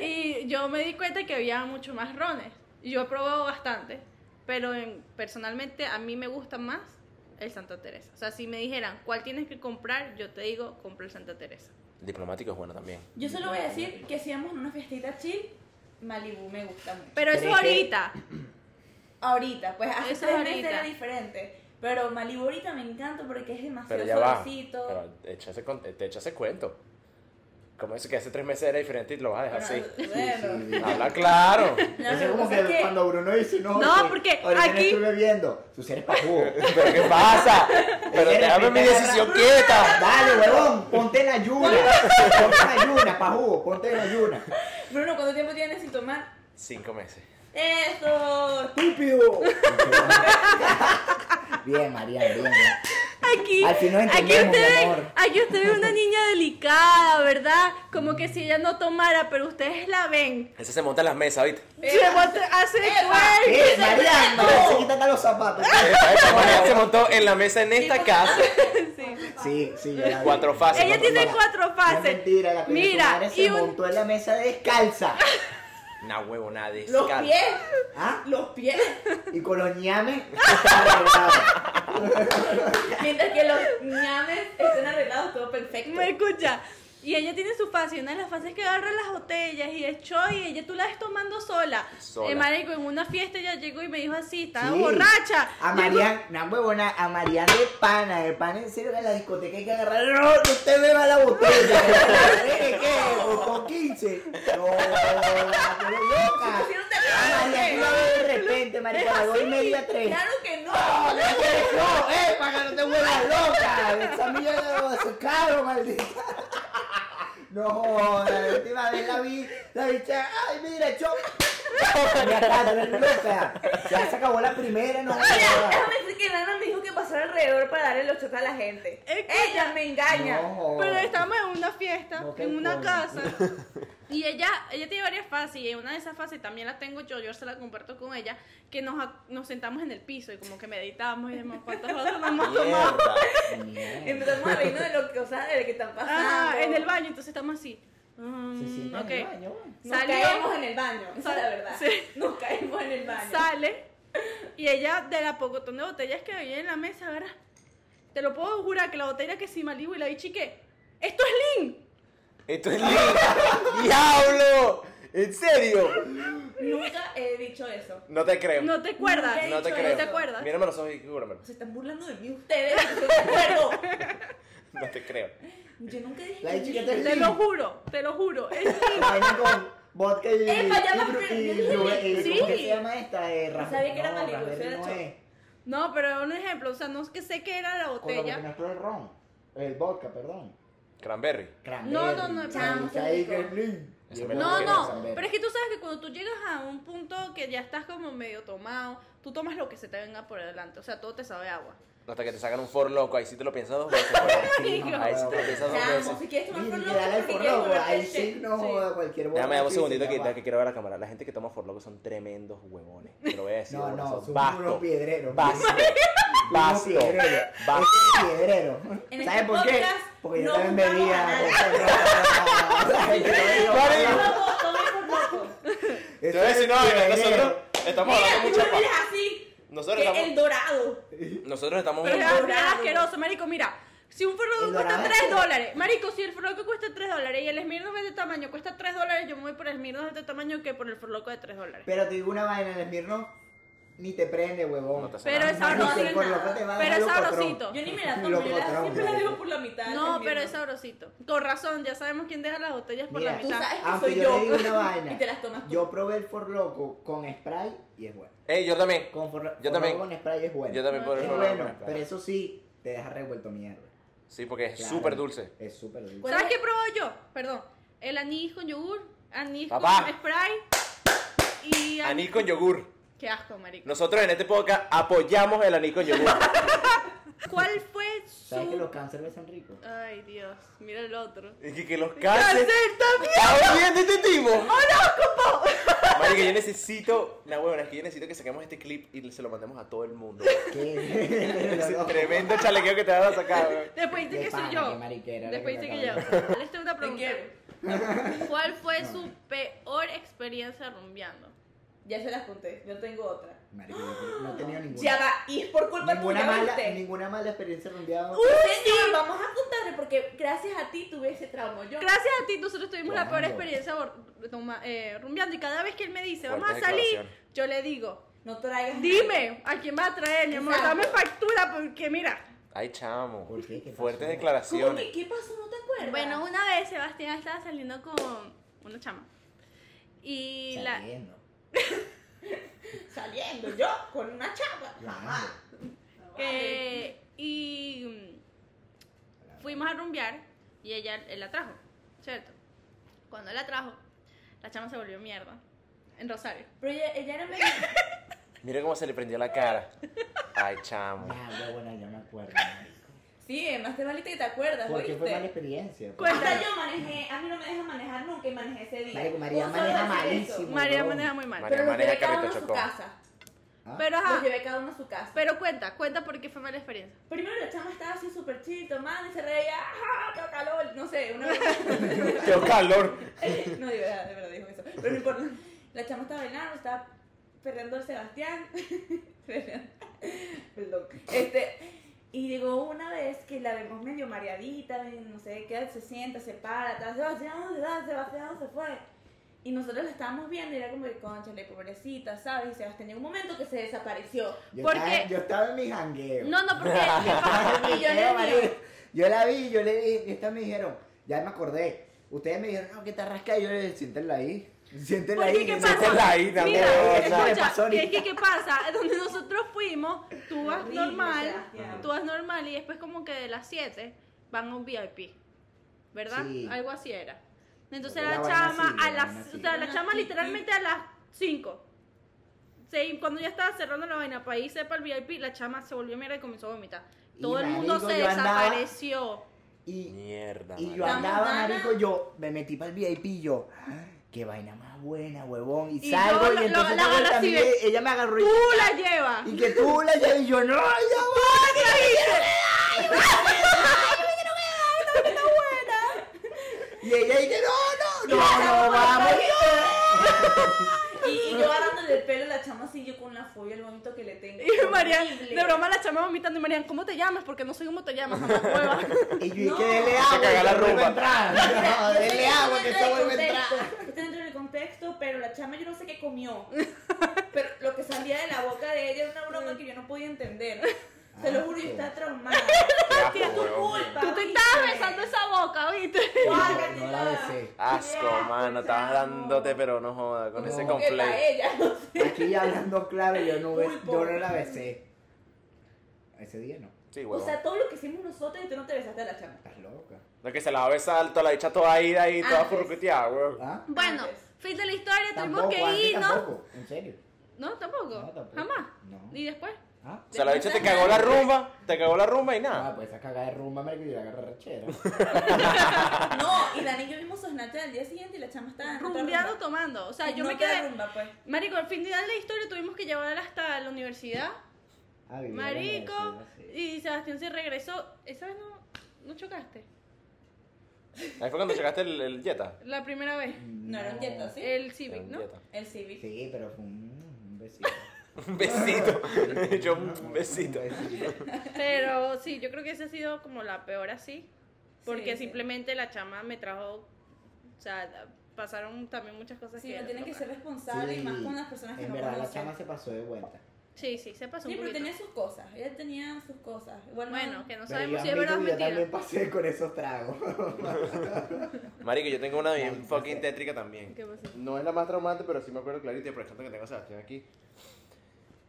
Y yo me di cuenta que había mucho más rones. Y Yo he probado bastante, pero en- personalmente a mí me gusta más el Santa Teresa. O sea, si me dijeran cuál tienes que comprar, yo te digo, compra el Santa Teresa. Diplomático es bueno también. [LAUGHS] Yo solo voy a decir que si vamos a una fiestita chill, Malibu me gusta mucho. Pero eso Pero es que- ahorita. Ahorita, pues hace Eso tres ahorita. meses era diferente. Pero Malibu ahorita me encanta porque es demasiado Pero ya va. suavecito. Pero te echa ese con- te echa ese cuento. Como eso que hace tres meses era diferente y lo vas a dejar así. Bueno, Sí, sí, sí. Habla claro. [LAUGHS] No, Eso es pero como cosa que, es que- cuando Bruno dice, no, No, que porque ahorita no aquí- estoy bebiendo, tú sí eres pa' jugo. [LAUGHS] ¿Pero qué pasa? Pero déjame mi decisión quieta. Dale, huevón, ponte [LAUGHS] en ayuna, ponte en ayuna, pa' jugo, ponte en ayuna. Bruno, ¿cuánto tiempo tienes sin tomar? Cinco meses. Eso. ¡Estúpido! [LAUGHS] bien, Mariana, bien. bien. Aquí, Al fin nos aquí, entendemos, usted mi ve, amor. aquí usted ve una niña delicada, ¿verdad? Como que si ella no tomara, pero ustedes la ven. Ese se monta en las mesas, [LAUGHS] ¿viste? Se bota- hace Eva. el ¡Eh, Mariana! Mariana, se quita hasta los zapatos. Esta- esta mañana se montó en la mesa en esta casa. Sí, sí, yo la vi. Cuatro fases. Ella tiene cuatro No es fases. mentira, la coña de tu Mira, madre y se un- montó en la mesa descalza. Una huevonada Los descalza. pies. ¿Ah? Los pies. Y con [LAUGHS] los ñames. Mientras que los ñames estén arreglados, [LAUGHS] todo perfecto. Me escucha. Y ella tiene su fase, y una de las fases es que agarra las botellas y es choy, y ella tú la ves tomando sola. Sola. Eh, marico, en una fiesta ella llegó y me dijo así, estaba Sí. borracha. A Llegó- Marian, una huevona, a Marian de pana, de pana en serio en la discoteca hay que agarrar. No, no usted beba la botella. [LAUGHS] ¿Qué? ¿Qué? ¿Botó 15? No, la pone loca. Pusieron A de Marian la ve de repente, Marian, a las dos y media, tres. Claro que no. ¡No, no, no! ¡Eh, para que no te vuelvas loca! ¡Esa mierda de su carro, maldita! No, la última vez la vi, la bicha, ¡ay, mira, chop! ¡Ya está, no eres loca! Ya se acabó la primera, no Mira, [LAUGHS] jodas. déjame decir que Nana me dijo que pasara alrededor para darle los chotas a la gente. Escucha. Ella me engaña. No jodas. Pero estábamos en una fiesta, No, qué en una coño. casa. [LAUGHS] Y ella, ella tiene varias fases, y una de esas fases también la tengo yo, yo se la comparto con ella, que nos, ac- nos sentamos en el piso y como que meditamos y demás, cuántas cosas nos [LAUGHS] hemos tomado. Mierda. Mierda. Empezamos a reírnos de lo que, o sea, de lo que están pasando. Ah, en el baño, entonces estamos así. Mm, Se sienta en el ok. baño, güey. Nos Salió. caemos en el baño. Esa es la verdad. Sí. Nos caemos en el baño. sale y ella de la pocotón de botellas que había en la mesa, agarra. Te lo puedo jurar que la botella que sí Malibu y la bichi que esto es Lin. Esto es lindo. ¡Diablo! ¿En serio? Nunca he dicho eso. No te creo. No te acuerdas. Nunca he No te dicho creo. eso. acuerdas? Mírame los ojos y cúbramelo. Se están burlando de mí ustedes. Yo no me acuerdo. No te creo. Yo nunca dije La que chica ni- te Te lo juro, te lo juro. Es Lin. La vaina con vodka y. Epa, ya y- va a y- ser- y- y- Sí. ¿Cómo que se llama esta? Eh, Raspberry. Sabía que era No, Malibu, Raspberry se la no echó. es. No, pero un ejemplo, o sea, no es que sé que era la Con lo que botella. no es el ron. El vodka, perdón. Cranberry. No, no, no, Cranberry, chamo, ahí qué rico. que lin. Ese Yo me lo creo No, que que no no, San Pedro. pero es que tú sabes que cuando tú llegas a un punto que ya estás como medio tomado, tú tomas lo que se te venga por delante, o sea, todo te sabe a agua. Hasta que te sacan un for loco. Ahí sí te lo piensas dos veces. [LAUGHS] Sí, no, Ahí sí te lo no, piensas dos Chamo, veces. si quieres tomar Ni- por ni loco, dale al si forro, quieres güey, volverte Ahí el sí cheque. no joda cualquier Déjame dame un borracho y segundito se que, acaba. que quiero ver a la cámara. La gente que toma for loco son tremendos huevones. Te lo voy a decir. No, huevón, no, son son bastos, unos piedreros. Basto. Uno Basto. piedrero. Basto. Ese es piedrero. En ¿Sabes este por qué? podcast Porque yo no también juzgamos bebía. a nadie. ¿sabes? Yo digo, Marico. Loco, tome por loco. Te ese voy a Este es decir, no, que piedrero. nosotros estamos Mira, hablando tú mucha me paja. miras así. Nosotros que estamos- el dorado. Nosotros estamos Pero muy- era, Dorado. era asqueroso, marico, mira. Si un forloco El cuesta dorado. 3 dólares, marico, si el forloco cuesta 3 dólares y el esmirno de este tamaño cuesta 3 dólares, yo me voy por el esmirno de este tamaño que por el forloco de 3 dólares. Pero te digo una vaina, el esmirno ni te prende, huevón. No te hace Pero nada. es Marico, no el hacen sabrosito. forloco te va a Pero dar es locotrón. sabrosito. Yo [LAUGHS] ni me la tomo, yo la- Locotrón, siempre la huevón. dejo por la mitad. No, también, pero es sabrosito. Con razón, ya sabemos quién deja las botellas por la Mira, Tú mitad. sabes que Aunque soy yo, yo. te digo una vaina. [LAUGHS] Y te las tomas tú. Yo probé el forloco con spray y es bueno. Ey, yo también. Con Forlo- Yo Forloco también. con spray es bueno. Yo también por No, el Es for bueno, loco. pero eso sí, te deja revuelto mierda. Sí, porque es Claro, súper dulce. Es súper dulce. Bueno, ¿Sabes qué probó yo? Perdón. El anís con yogur, anís Papá. con spray y... an- Anís con yogur. Qué asco, marico. Nosotros en este podcast apoyamos el anís con [LAUGHS] yogur. ¿Cuál fue ¿Sabes que los su...? cánceres son [LAUGHS] ricos? Ay, Dios. Mira el otro. y que, que los ¡Cáncer cánceres. ¿Está viendo este tipo? [LAUGHS] Marica, yo necesito. La huevona, es que yo necesito que saquemos este clip y se lo mandemos a todo el [LAUGHS] mundo. [LAUGHS] ¿Qué? Ese tremendo chalequeo que te van a [LAUGHS] sacar, weón. Después De dice que pana, soy yo. qué mariquera, la Después que dice me que yo. acaba Les tengo una Te pregunta. quiero. ¿Cuál fue su peor experiencia rumbeando? Ya se las conté. Yo tengo otra. Marico, yo creo que no he tenido ninguna. Ya va. Y es por culpa ninguna, tuya, mala, ¿viste? ninguna mala experiencia rumbeada. Señor, vamos a contarle porque gracias a ti tuve ese trauma. Yo Gracias a ti, nosotros tuvimos la peor Claro. experiencia bor- toma- eh, rumbeando. Y cada vez que él me dice, vamos a Fuertes salir, declaraciones. yo le digo, no traigas. dime, ¿a quién va a traer, mi amor? Exacto. Dame factura, porque mira. Ay, chamo. ¿Por qué? ¿Qué Fuertes pasó? ¿Cómo declaraciones. que, ¿Qué pasó? ¿No te acuerdas? Bueno, una vez Sebastián estaba saliendo con una chama. Y la, Saliendo. Saliendo yo con una chapa. Claro. Mamá. que- y mm, fuimos a rumbear y ella él la trajo, ¿cierto? Cuando la trajo, la chama se volvió mierda. en Rosario. Pero ella, ella era mexicana. Mira cómo se le prendió la cara. Ay, chamo. Nada, bueno, ya me acuerdo. marico. [LAUGHS] Sí, más te vale que te Pues, acuerdas, ¿Por qué ¿oíste? fue mala experiencia? O sea, yo manejé, a mí no me dejan manejar nunca y manejé ese día. Marico, María Un solo maneja hacer eso. malísimo. María huevón. maneja muy mal. María Pero los maneja llevé cada uno a carrito su chocó. casa. Ah, Pero Los ajá, llevé cada uno a su casa. pero cuenta, cuenta por qué fue mala experiencia. Primero la chama estaba así súper chill, tomando y se reía, ¡ah, qué calor! No sé, una [LAUGHS] vez. Qué calor. no, de verdad, de verdad dijo eso. Pero no importa. La chama estaba bailando, estaba perreando al Sebastián. [LAUGHS] Perdón. Este, y llegó una vez que la vemos medio mareadita, no sé, queda, se sienta, se para, está, Sebastián, ¿dónde vas? Sebastián, ¿dónde se fue? Y nosotros la estábamos viendo y era como que, conchale, pobrecita, ¿sabes? Y Sebastián llegó un momento que se desapareció. yo, ¿por estaba, qué? yo estaba en mi jangueo. No, no, porque ¿qué [LAUGHS] Y yo Era, le marico, digo, yo la vi, yo le dije, y estas me dijeron, ya me acordé. Ustedes me dijeron, no, que te rasca, y yo le dije, siéntenla ahí. Siéntenla Porque ahí. qué se te pasa. la ahí, Mira, dame otra. Me pasó escucha, ahorita. es que qué pasa, [LAUGHS] donde nosotros fuimos, tú vas Horrible, normal, Sebastián. tú vas normal y después como que de las 7 van a un VIP, ¿verdad? Sí. Algo así era. Entonces Una la vaina chama así, a una vaina las así. o sea, la Una chama tiki. literalmente a las 5. cuando ya estaba cerrando la vaina para irse para el VIP, la chama se volvió mierda y comenzó a vomitar. Y, Todo el mundo marico, se yo andaba- desapareció. Y, Mierda. y yo marico. Estamos andaba, ganas. marico, yo me metí para el VIP y yo, "Ah, qué vaina más buena, huevón. Y, Y salgo yo y lo- lo- entonces la yo agarras y también, ves- ella me agarró y, "Ah, Tú la llevas. y que tú la llevas y yo, no, [LAUGHS] ya va. [LAUGHS] Y ella y que no, no, no, no, vamos. Y, y yo agarrándole el pelo a la chama así, yo con la fobia, el vómito que le tengo. [LAUGHS] Y Marian, Horrible. de broma la chama vomitando y Marian, ¿cómo te llamas? Porque no sé cómo te llamas, [LAUGHS] mamá hueva. Y yo, y No. que dele Se agua. caga que la se vuelve a rumba. entrar. No, Yo sé dele que agua, está que dentro se del vuelve a entrar. contexto, Está dentro del contexto, pero la chama yo no sé qué comió. Pero lo que salía de la boca de ella era una broma que yo no podía entender. Se lo juro, yo estaba traumada. Ah, Qué Es asco, tu weón. culpa. Tú te estabas besando esa boca, ¿viste? Guácatela. No, no la besé. Asco, Qué mano. Estabas asco, dándote, chamo. pero no joda con No. ese Como que E, complejo. pa' ella, no sé. Aquí ya hablando clave, yo no, bes- Pulpo. yo no la besé. Ese día no. Sí, O huevón. sea, todo lo que hicimos nosotros y tú no te besaste a la chama. Estás loca. No, que se la va a besar toda la dicha toda ahí, ahí, toda Antes. furruqueteada, huevón. ¿Ah? Bueno, Antes. fin de la historia, tuvimos Tampoco, que antes irnos. tampoco, En serio. No, tampoco. No, tampoco. Jamás. No. ¿Y después? ¿Ah? O sea, la bicha te cagó la rumba, te cagó la rumba y Ah, nada. pues esa cagada de rumba, marico, yo la agarré rechera. No, y Dani y yo vimos sus snatches al día siguiente y la chama estaba en otra Rumbeado rumba. tomando. O sea, yo No me te da quedé. rumba, pues. Marico, al fin de la historia tuvimos que llevarla hasta la universidad. Ah, vivía en la Marico. universidad, sí. Y Sebastián se regresó. ¿Esa vez no, no chocaste? Ahí fue cuando llegaste el, el Jetta. La primera vez. No era un jet, ¿sí? El Civic, El ¿no? Jetta. [LAUGHS] El Civic. Sí, pero fue un, un besito. Un besito. [LAUGHS] Yo un besito. Pero sí, yo creo que esa ha sido como la peor así. Porque Sí, sí. simplemente la chama me trajo. O sea, pasaron también muchas cosas Pues Sí, que. uno no tiene que ser tocaron. responsable y más con las personas que En no verdad, la conocen. chama se pasó de vuelta. Sí, sí, se pasó Sí, un pero poquito. tenía sus cosas. Ella tenía sus cosas. Igual no- Bueno, que no Pero sabemos yo, si es amigo, verdad o Yo también mentira. pasé con esos tragos. [LAUGHS] Marico, yo tengo una Ay, bien no fucking sé. tétrica también. ¿Qué pasó? No es la más traumante, pero sí me acuerdo clarito, y por ejemplo que tengo a Sebastián aquí.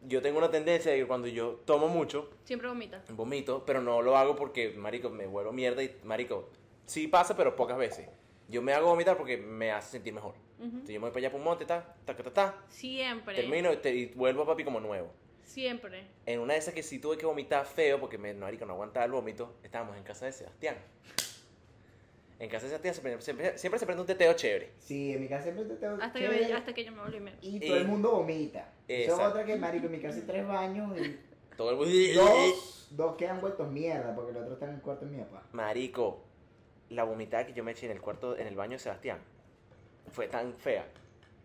Yo tengo una tendencia de que cuando yo tomo mucho, Siempre vomita. vomito, pero no lo hago porque, marico, me vuelvo mierda y, marico, sí pasa, pero pocas veces. Yo me hago vomitar porque me hace sentir mejor. Entonces yo me voy para allá para un monte, ta, ta, ta, ta, ta, Siempre. termino y, te- y vuelvo a papi como nuevo. Siempre. En una de esas que sí tuve que vomitar feo porque me, no, marico, no aguantaba el vómito, estábamos en casa de Sebastián. En casa de Sebastián se prende- siempre, siempre se prende un teteo chévere. Sí, en mi casa siempre te tengo Hasta que, me- hasta que yo me volví mierda. Y todo el mundo vomita. Eso es Eh, Exacto. Eh, otra que, marico, en mi casa hay tres [LAUGHS] baños y Todo el mundo... dos, dos quedan vueltos mierda porque el otro está en el cuarto de mi papá. Marico, la vomitada que yo me eché en el cuarto, en el baño de Sebastián, fue tan fea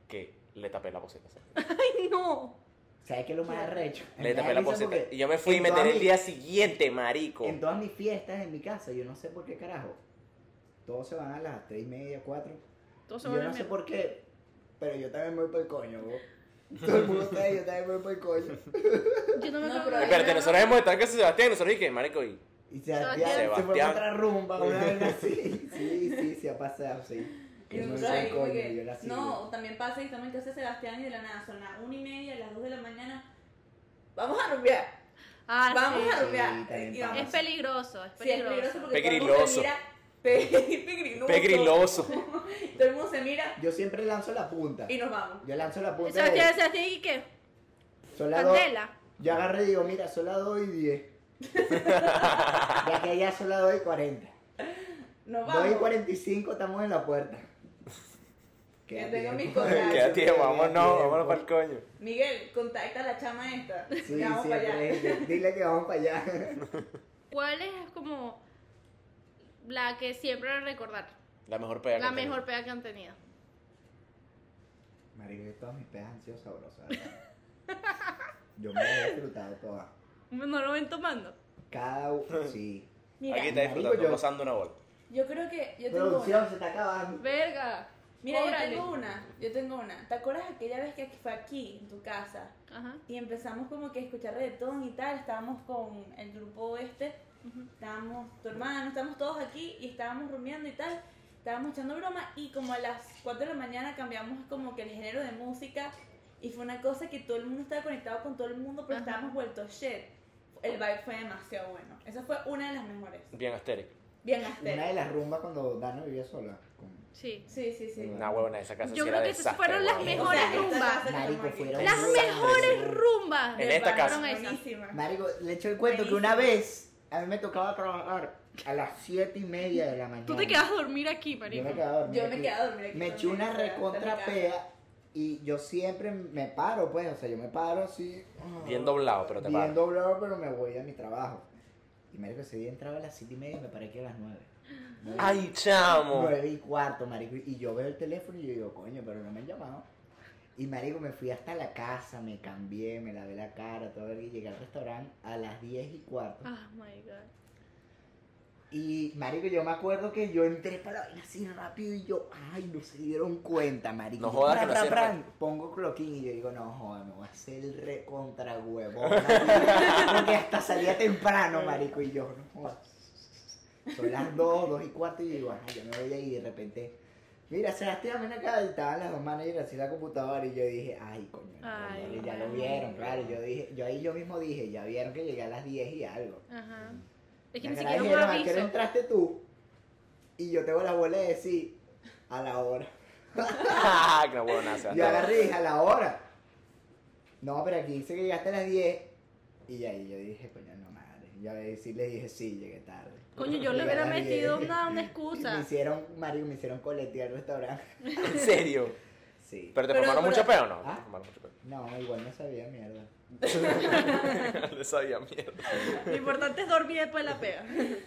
que le tapé la poseta. ¡Ay, no! ¿Sabes qué es lo más arrecho? Le Me da tapé pues, la risa poseta. porque Y yo me fui y en me todas enteré el día mis- siguiente, marico. En todas mis fiestas en mi casa, yo no sé por qué carajo. Todos se van a las tres y media, cuatro. Todo se Yo vuelve no sé mierda. por qué, pero yo también voy por el coño, vos. [LAUGHS] Todo el mundo está ahí, yo también voy por el coño. Yo no me No, acuerdo. pero- Espérate, nosotros hemos estado en casa de Sebastián y nosotros dije, marico, y... Y Sebastián, se fue Sebastián. para otra rumba, una vez así. [LAUGHS] Sí, sí, sí, ha pasado, sí. Y Yo no nosotros soy ahí como coño, que- yo la sigo. no, o también pasa y estamos en casa de Sebastián y de la nada son las una y media, las dos de la mañana. Vamos a rumbear, Ah, vamos sí. a Sí, rumbear. también Y pasa. vamos. Es peligroso, es Sí, es peligroso. peligroso porque Peligroso. todo el mundo te mira [LAUGHS] Pe- pegriloso. Pegriloso. [LAUGHS] Todo el mundo se mira Yo siempre lanzo la punta. y nos vamos. Yo lanzo la punta. Eso de- tiene así y que son las dos. candela. Yo agarré y digo, mira, son las 2 y [LAUGHS] 10. ya que ya son las 2 y 40. Nos 2 y vamos. 45 estamos en la puerta. Ya Queda tengo tiempo. mis cosas. Queda tiempo, vámonos, tiempo. vámonos para el coño. Miguel, contacta a la chama esta. Sí, Ya vamos para allá. siempre. es- [LAUGHS] Dile que vamos para allá. ¿Cuál es como la que siempre recordar? La mejor pega. que la han tenido. mejor pega que han tenido. Marico, todas mis pedas han sido sabrosas. [LAUGHS] ¿verdad? Yo me he disfrutado todas. No lo ven tomando. Cada [LAUGHS] uno, sí. Mira, Aquí está disfrutando, Marico, yo- gozando una bola. yo creo que yo tengo una. Producción se está acabando. Verga. Mira, Órale. yo tengo una. Yo tengo una. ¿Te acuerdas aquella vez que fue aquí, en tu casa? Ajá. Y empezamos como que a escuchar reggaetón y tal. Estábamos con el grupo este. Estábamos tu hermano, estábamos todos aquí y estábamos rumiando y tal. Estábamos echando broma y como a las 4 de la mañana cambiamos como que el género de música. Y fue una cosa que todo el mundo estaba conectado con todo el mundo, pero Ajá. estábamos vueltos shit. El vibe fue demasiado bueno. Esa fue una de las mejores. Bien asteric. Bien Una de astero. las rumbas cuando Dano vivía sola. con- Sí. Sí, sí, sí. Una huevona, esa casa Yo sí creo era que esas desastre, fueron las huevón. mejores. rumbas. Marico, fueron Las Sí. mejores rumbas. En esta casa. fueron esas. Marico, le echo el cuento que una Buenísimo. vez a mí me tocaba trabajar a las 7 y media de la mañana. Tú te quedas a dormir aquí, Yo marico. me quedaba a dormir. Yo me aquí. quedaba a dormir aquí Me también, eché una o sea, recontra cerca. pea y yo siempre me paro, pues. O sea, yo me paro así. ah, Bien doblado, pero te bien paras. doblado, pero me voy a mi trabajo. Y marico, ese día entraba a las 7 y media y me paré aquí a las 9. Ay, chamo. 9 y cuarto, marico. Y yo veo el teléfono y yo digo, coño, pero no me han llamado. Y marico, me fui hasta la casa, me cambié, me lavé la cara, todo el día. Llegué al restaurante a las 10 y cuarto. Ah, my god. Y marico, yo me acuerdo que yo entré para la vaina así rápido y yo, ay, no se dieron cuenta, marico. No jodas que no se dieron Pongo cloquín y yo digo, no jodas, me voy a hacer el recontra huevón. [LAUGHS] Porque hasta salía temprano, marico, y yo, no jodas. Son las dos, dos y cuarto y yo digo, ay, yo me voy a ir y de repente. Mira, Sebastián, ven acá, y estaban las dos managers así en la computadora y yo dije, ay, coño, no, Ay, madre, ya lo no. vieron, claro, yo dije, yo ahí yo mismo dije, ya vieron que llegué a las 10 y algo. Ajá. Es que ni La siquiera caraja un dijeron, "¿A qué hora aviso. entraste tú? Y yo tengo la bola de decir, a la hora. [LAUGHS] Ah, qué huevona, Yo Sebastián. agarré y dije, a la hora. No, pero aquí dice que llegaste a las 10. Y ahí yo dije, coño, no madre. Yo sí le dije, sí, llegué tarde. Coño, yo le Llegué a hubiera las 10. metido una, una Me [LAUGHS] excusa. hicieron, Mario, me hicieron coletear al restaurante. [LAUGHS] En serio. Sí. Pero te Pero- formaron pero- mucha peo o no? ¿Ah? Te formaron mucha peo. No, igual no sabía mierda. [LAUGHS] [LAUGHS] Le sabía mierda. Lo importante es dormir después de la pega.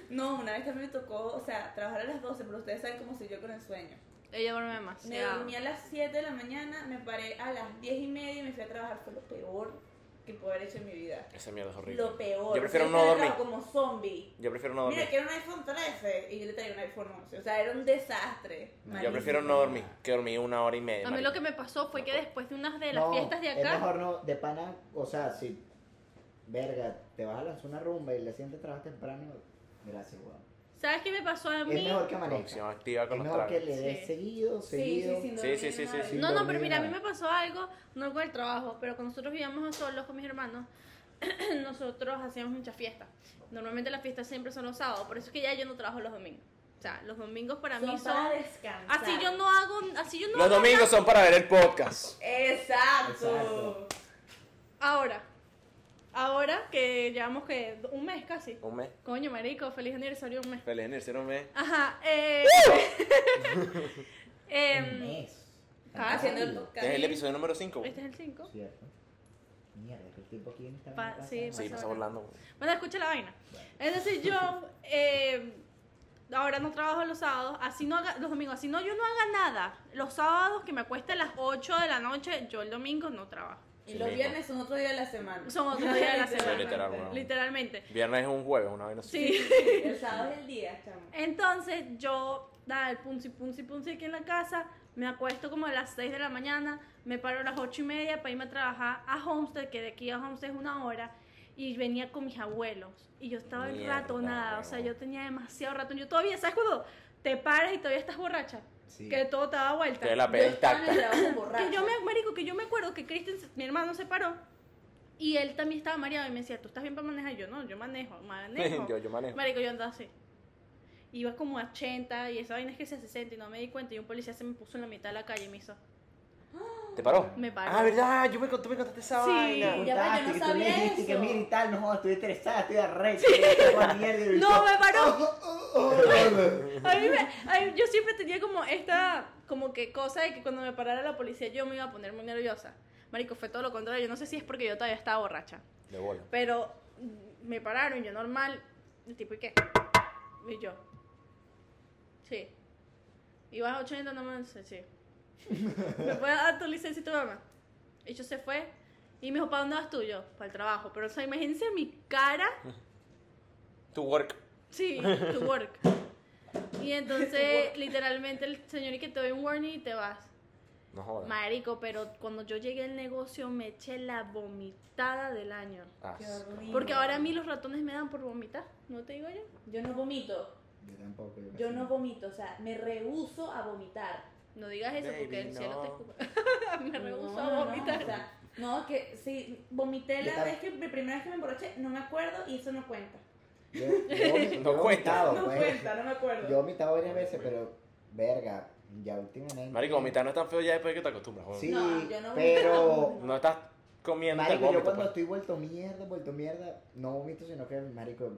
No, una vez también me tocó, o sea, trabajar a las 12, pero ustedes saben cómo soy yo con el sueño. Ella duerme Me demasiado. dormí a las 7 de la mañana, me paré a las 10 y media y me fui a trabajar. Fue lo peor que puedo haber hecho en mi vida. Esa mierda es horrible. Lo peor. Yo prefiero Yo no estaba dormir. Como zombie. Yo prefiero no dormir. Mira, que era un iPhone 13 y yo le traía un iPhone 11. O sea, era un desastre. Yo Malísimo. prefiero no dormir que dormir una hora y media. A mí marico. lo que me pasó fue que después de unas de las No, fiestas de Es acá. mejor no, de pana, o sea, si, verga, te vas a lanzar una rumba y le sientes trabajo temprano, gracias, weón. ¿Sabes qué me pasó a mí? Es mejor que Producción amanezca. activa Es con los mejor que tragos. le des Sí. seguido, Sí, seguido. sí, sin Sí, dormir sí, sí, nada. sí, sí. No, no, dormir pero mira, a mí nada. me pasó algo, no con el trabajo, pero cuando nosotros vivíamos solos con mis hermanos, [CLEARS THROAT] nosotros hacíamos muchas fiestas. Normalmente las fiestas siempre son los sábados, por eso es que ya yo no trabajo los domingos. O sea, los domingos para mí Son son... para descansar. Así yo no hago... Así yo no Los hago domingos nada. son para ver el podcast. Exacto. Exacto. Ahora, ahora que llevamos que un mes casi. Un mes. Coño, marico, feliz aniversario, un mes. Feliz aniversario, un mes. Ajá, eh... [LAUGHS] Un em, mes. ah, Haciendo el Rápido, podcast. Este es el episodio número 5. este es el 5. Cierto. Mierda, que el tiempo aquí en esta Pa- vaina sí, pasa. Sí, pues, pasa ahora. volando. Bueno, escucha la vaina. Entonces yo eh, ahora no trabajo los sábados, así no haga, los domingos, así no yo no haga nada. Los sábados que me acueste a las 8 de la noche, yo el domingo no trabajo. Y Sí, los mismo. viernes son otro día de la semana. Son otro día de [LAUGHS] la semana. Literal, weón. Literalmente. Viernes es un jueves, una vez no sé. Sí. El sábado es el día, chamo. Entonces yo, nada, el punzi, punzi, punzi aquí en la casa, me acuesto como a las 6 de la mañana, me paro a las 8 y media para irme a trabajar a Homestead, que de aquí a Homestead es una hora, y venía con mis abuelos. Y yo estaba en Mierda, ratonada, o sea, huevón. yo tenía demasiado ratón. Yo todavía, ¿sabes cuando te paras y todavía estás borracha? Sí. Que todo te da vuelta. Que la Yo pega estaba en el intacta. trabajo borracha. Que yo me, marico, que yo me acuerdo que Kristen, mi hermano, se paró. Y él también estaba [LAUGHS] mareado y me decía, ¿tú estás bien para manejar? Y yo, no, yo manejo, manejo. Yo- yo manejo. Marico, yo andaba así. iba como a 80 y esa vaina es que se hace 60 y no me di cuenta y un policía se me puso en la mitad de la calle y me hizo. ¿Te paró? Me paró. Ah, ¿verdad? Yo me, cont- tú me contaste esa Sí. vaina. Ya va, pues, yo no que tú sabía le dijiste que eso. mira y tal, no, estoy estresada, estoy arrecha, estoy con [LAUGHS] mierda, y yo, No, me paró. "Oh". A mí me- a mí- yo siempre tenía como esta como que cosa de que cuando me parara la policía yo me iba a poner muy nerviosa. Marico, fue todo lo contrario. Yo no sé si es porque yo todavía estaba borracha. De bola. Pero mm, me pararon, yo normal. El tipo, ¿y qué? Y yo. Sí. Y vas a 80 nomás, sí, sí. [LAUGHS] ¿Me puedes dar tu licencia y tu mamá? Y yo se fue. Y me dijo, ¿para dónde vas tú? Yo, para el trabajo. Pero, o sea, imagínense mi cara. Tu work. Sí, to work. Y entonces, literalmente, el señor, y que te doy un warning y te vas. No jodas. Marico, pero cuando yo llegué al negocio me eché la vomitada del año. Ah, Qué sí. horrible. Porque ahora a mí los ratones me dan por vomitar, ¿no te digo yo? Yo no vomito. Yo tampoco. Yo casi no vomito. O sea, me rehuso a vomitar. No digas eso Baby, porque el cielo no. te escupa. [LAUGHS] me rehuso a vomitar. No, o sea, no, que sí, Yo vomité la tam- vez que, la primera vez que me emborraché, no me acuerdo y eso no cuenta. Yo, yo vomi- No yo cuenta. he vomitado, [LAUGHS] No pues. cuenta, no me acuerdo. Yo he vomitado varias veces, pero verga, ya últimamente. Marico, vomitar no es tan feo ya después de que te acostumbras, joder. Sí, No, yo no pero. [LAUGHS] vomito. No estás comiendo el Marico, yo vómito, cuando pues. estoy vuelto mierda, vuelto mierda, no vomito, sino que, marico,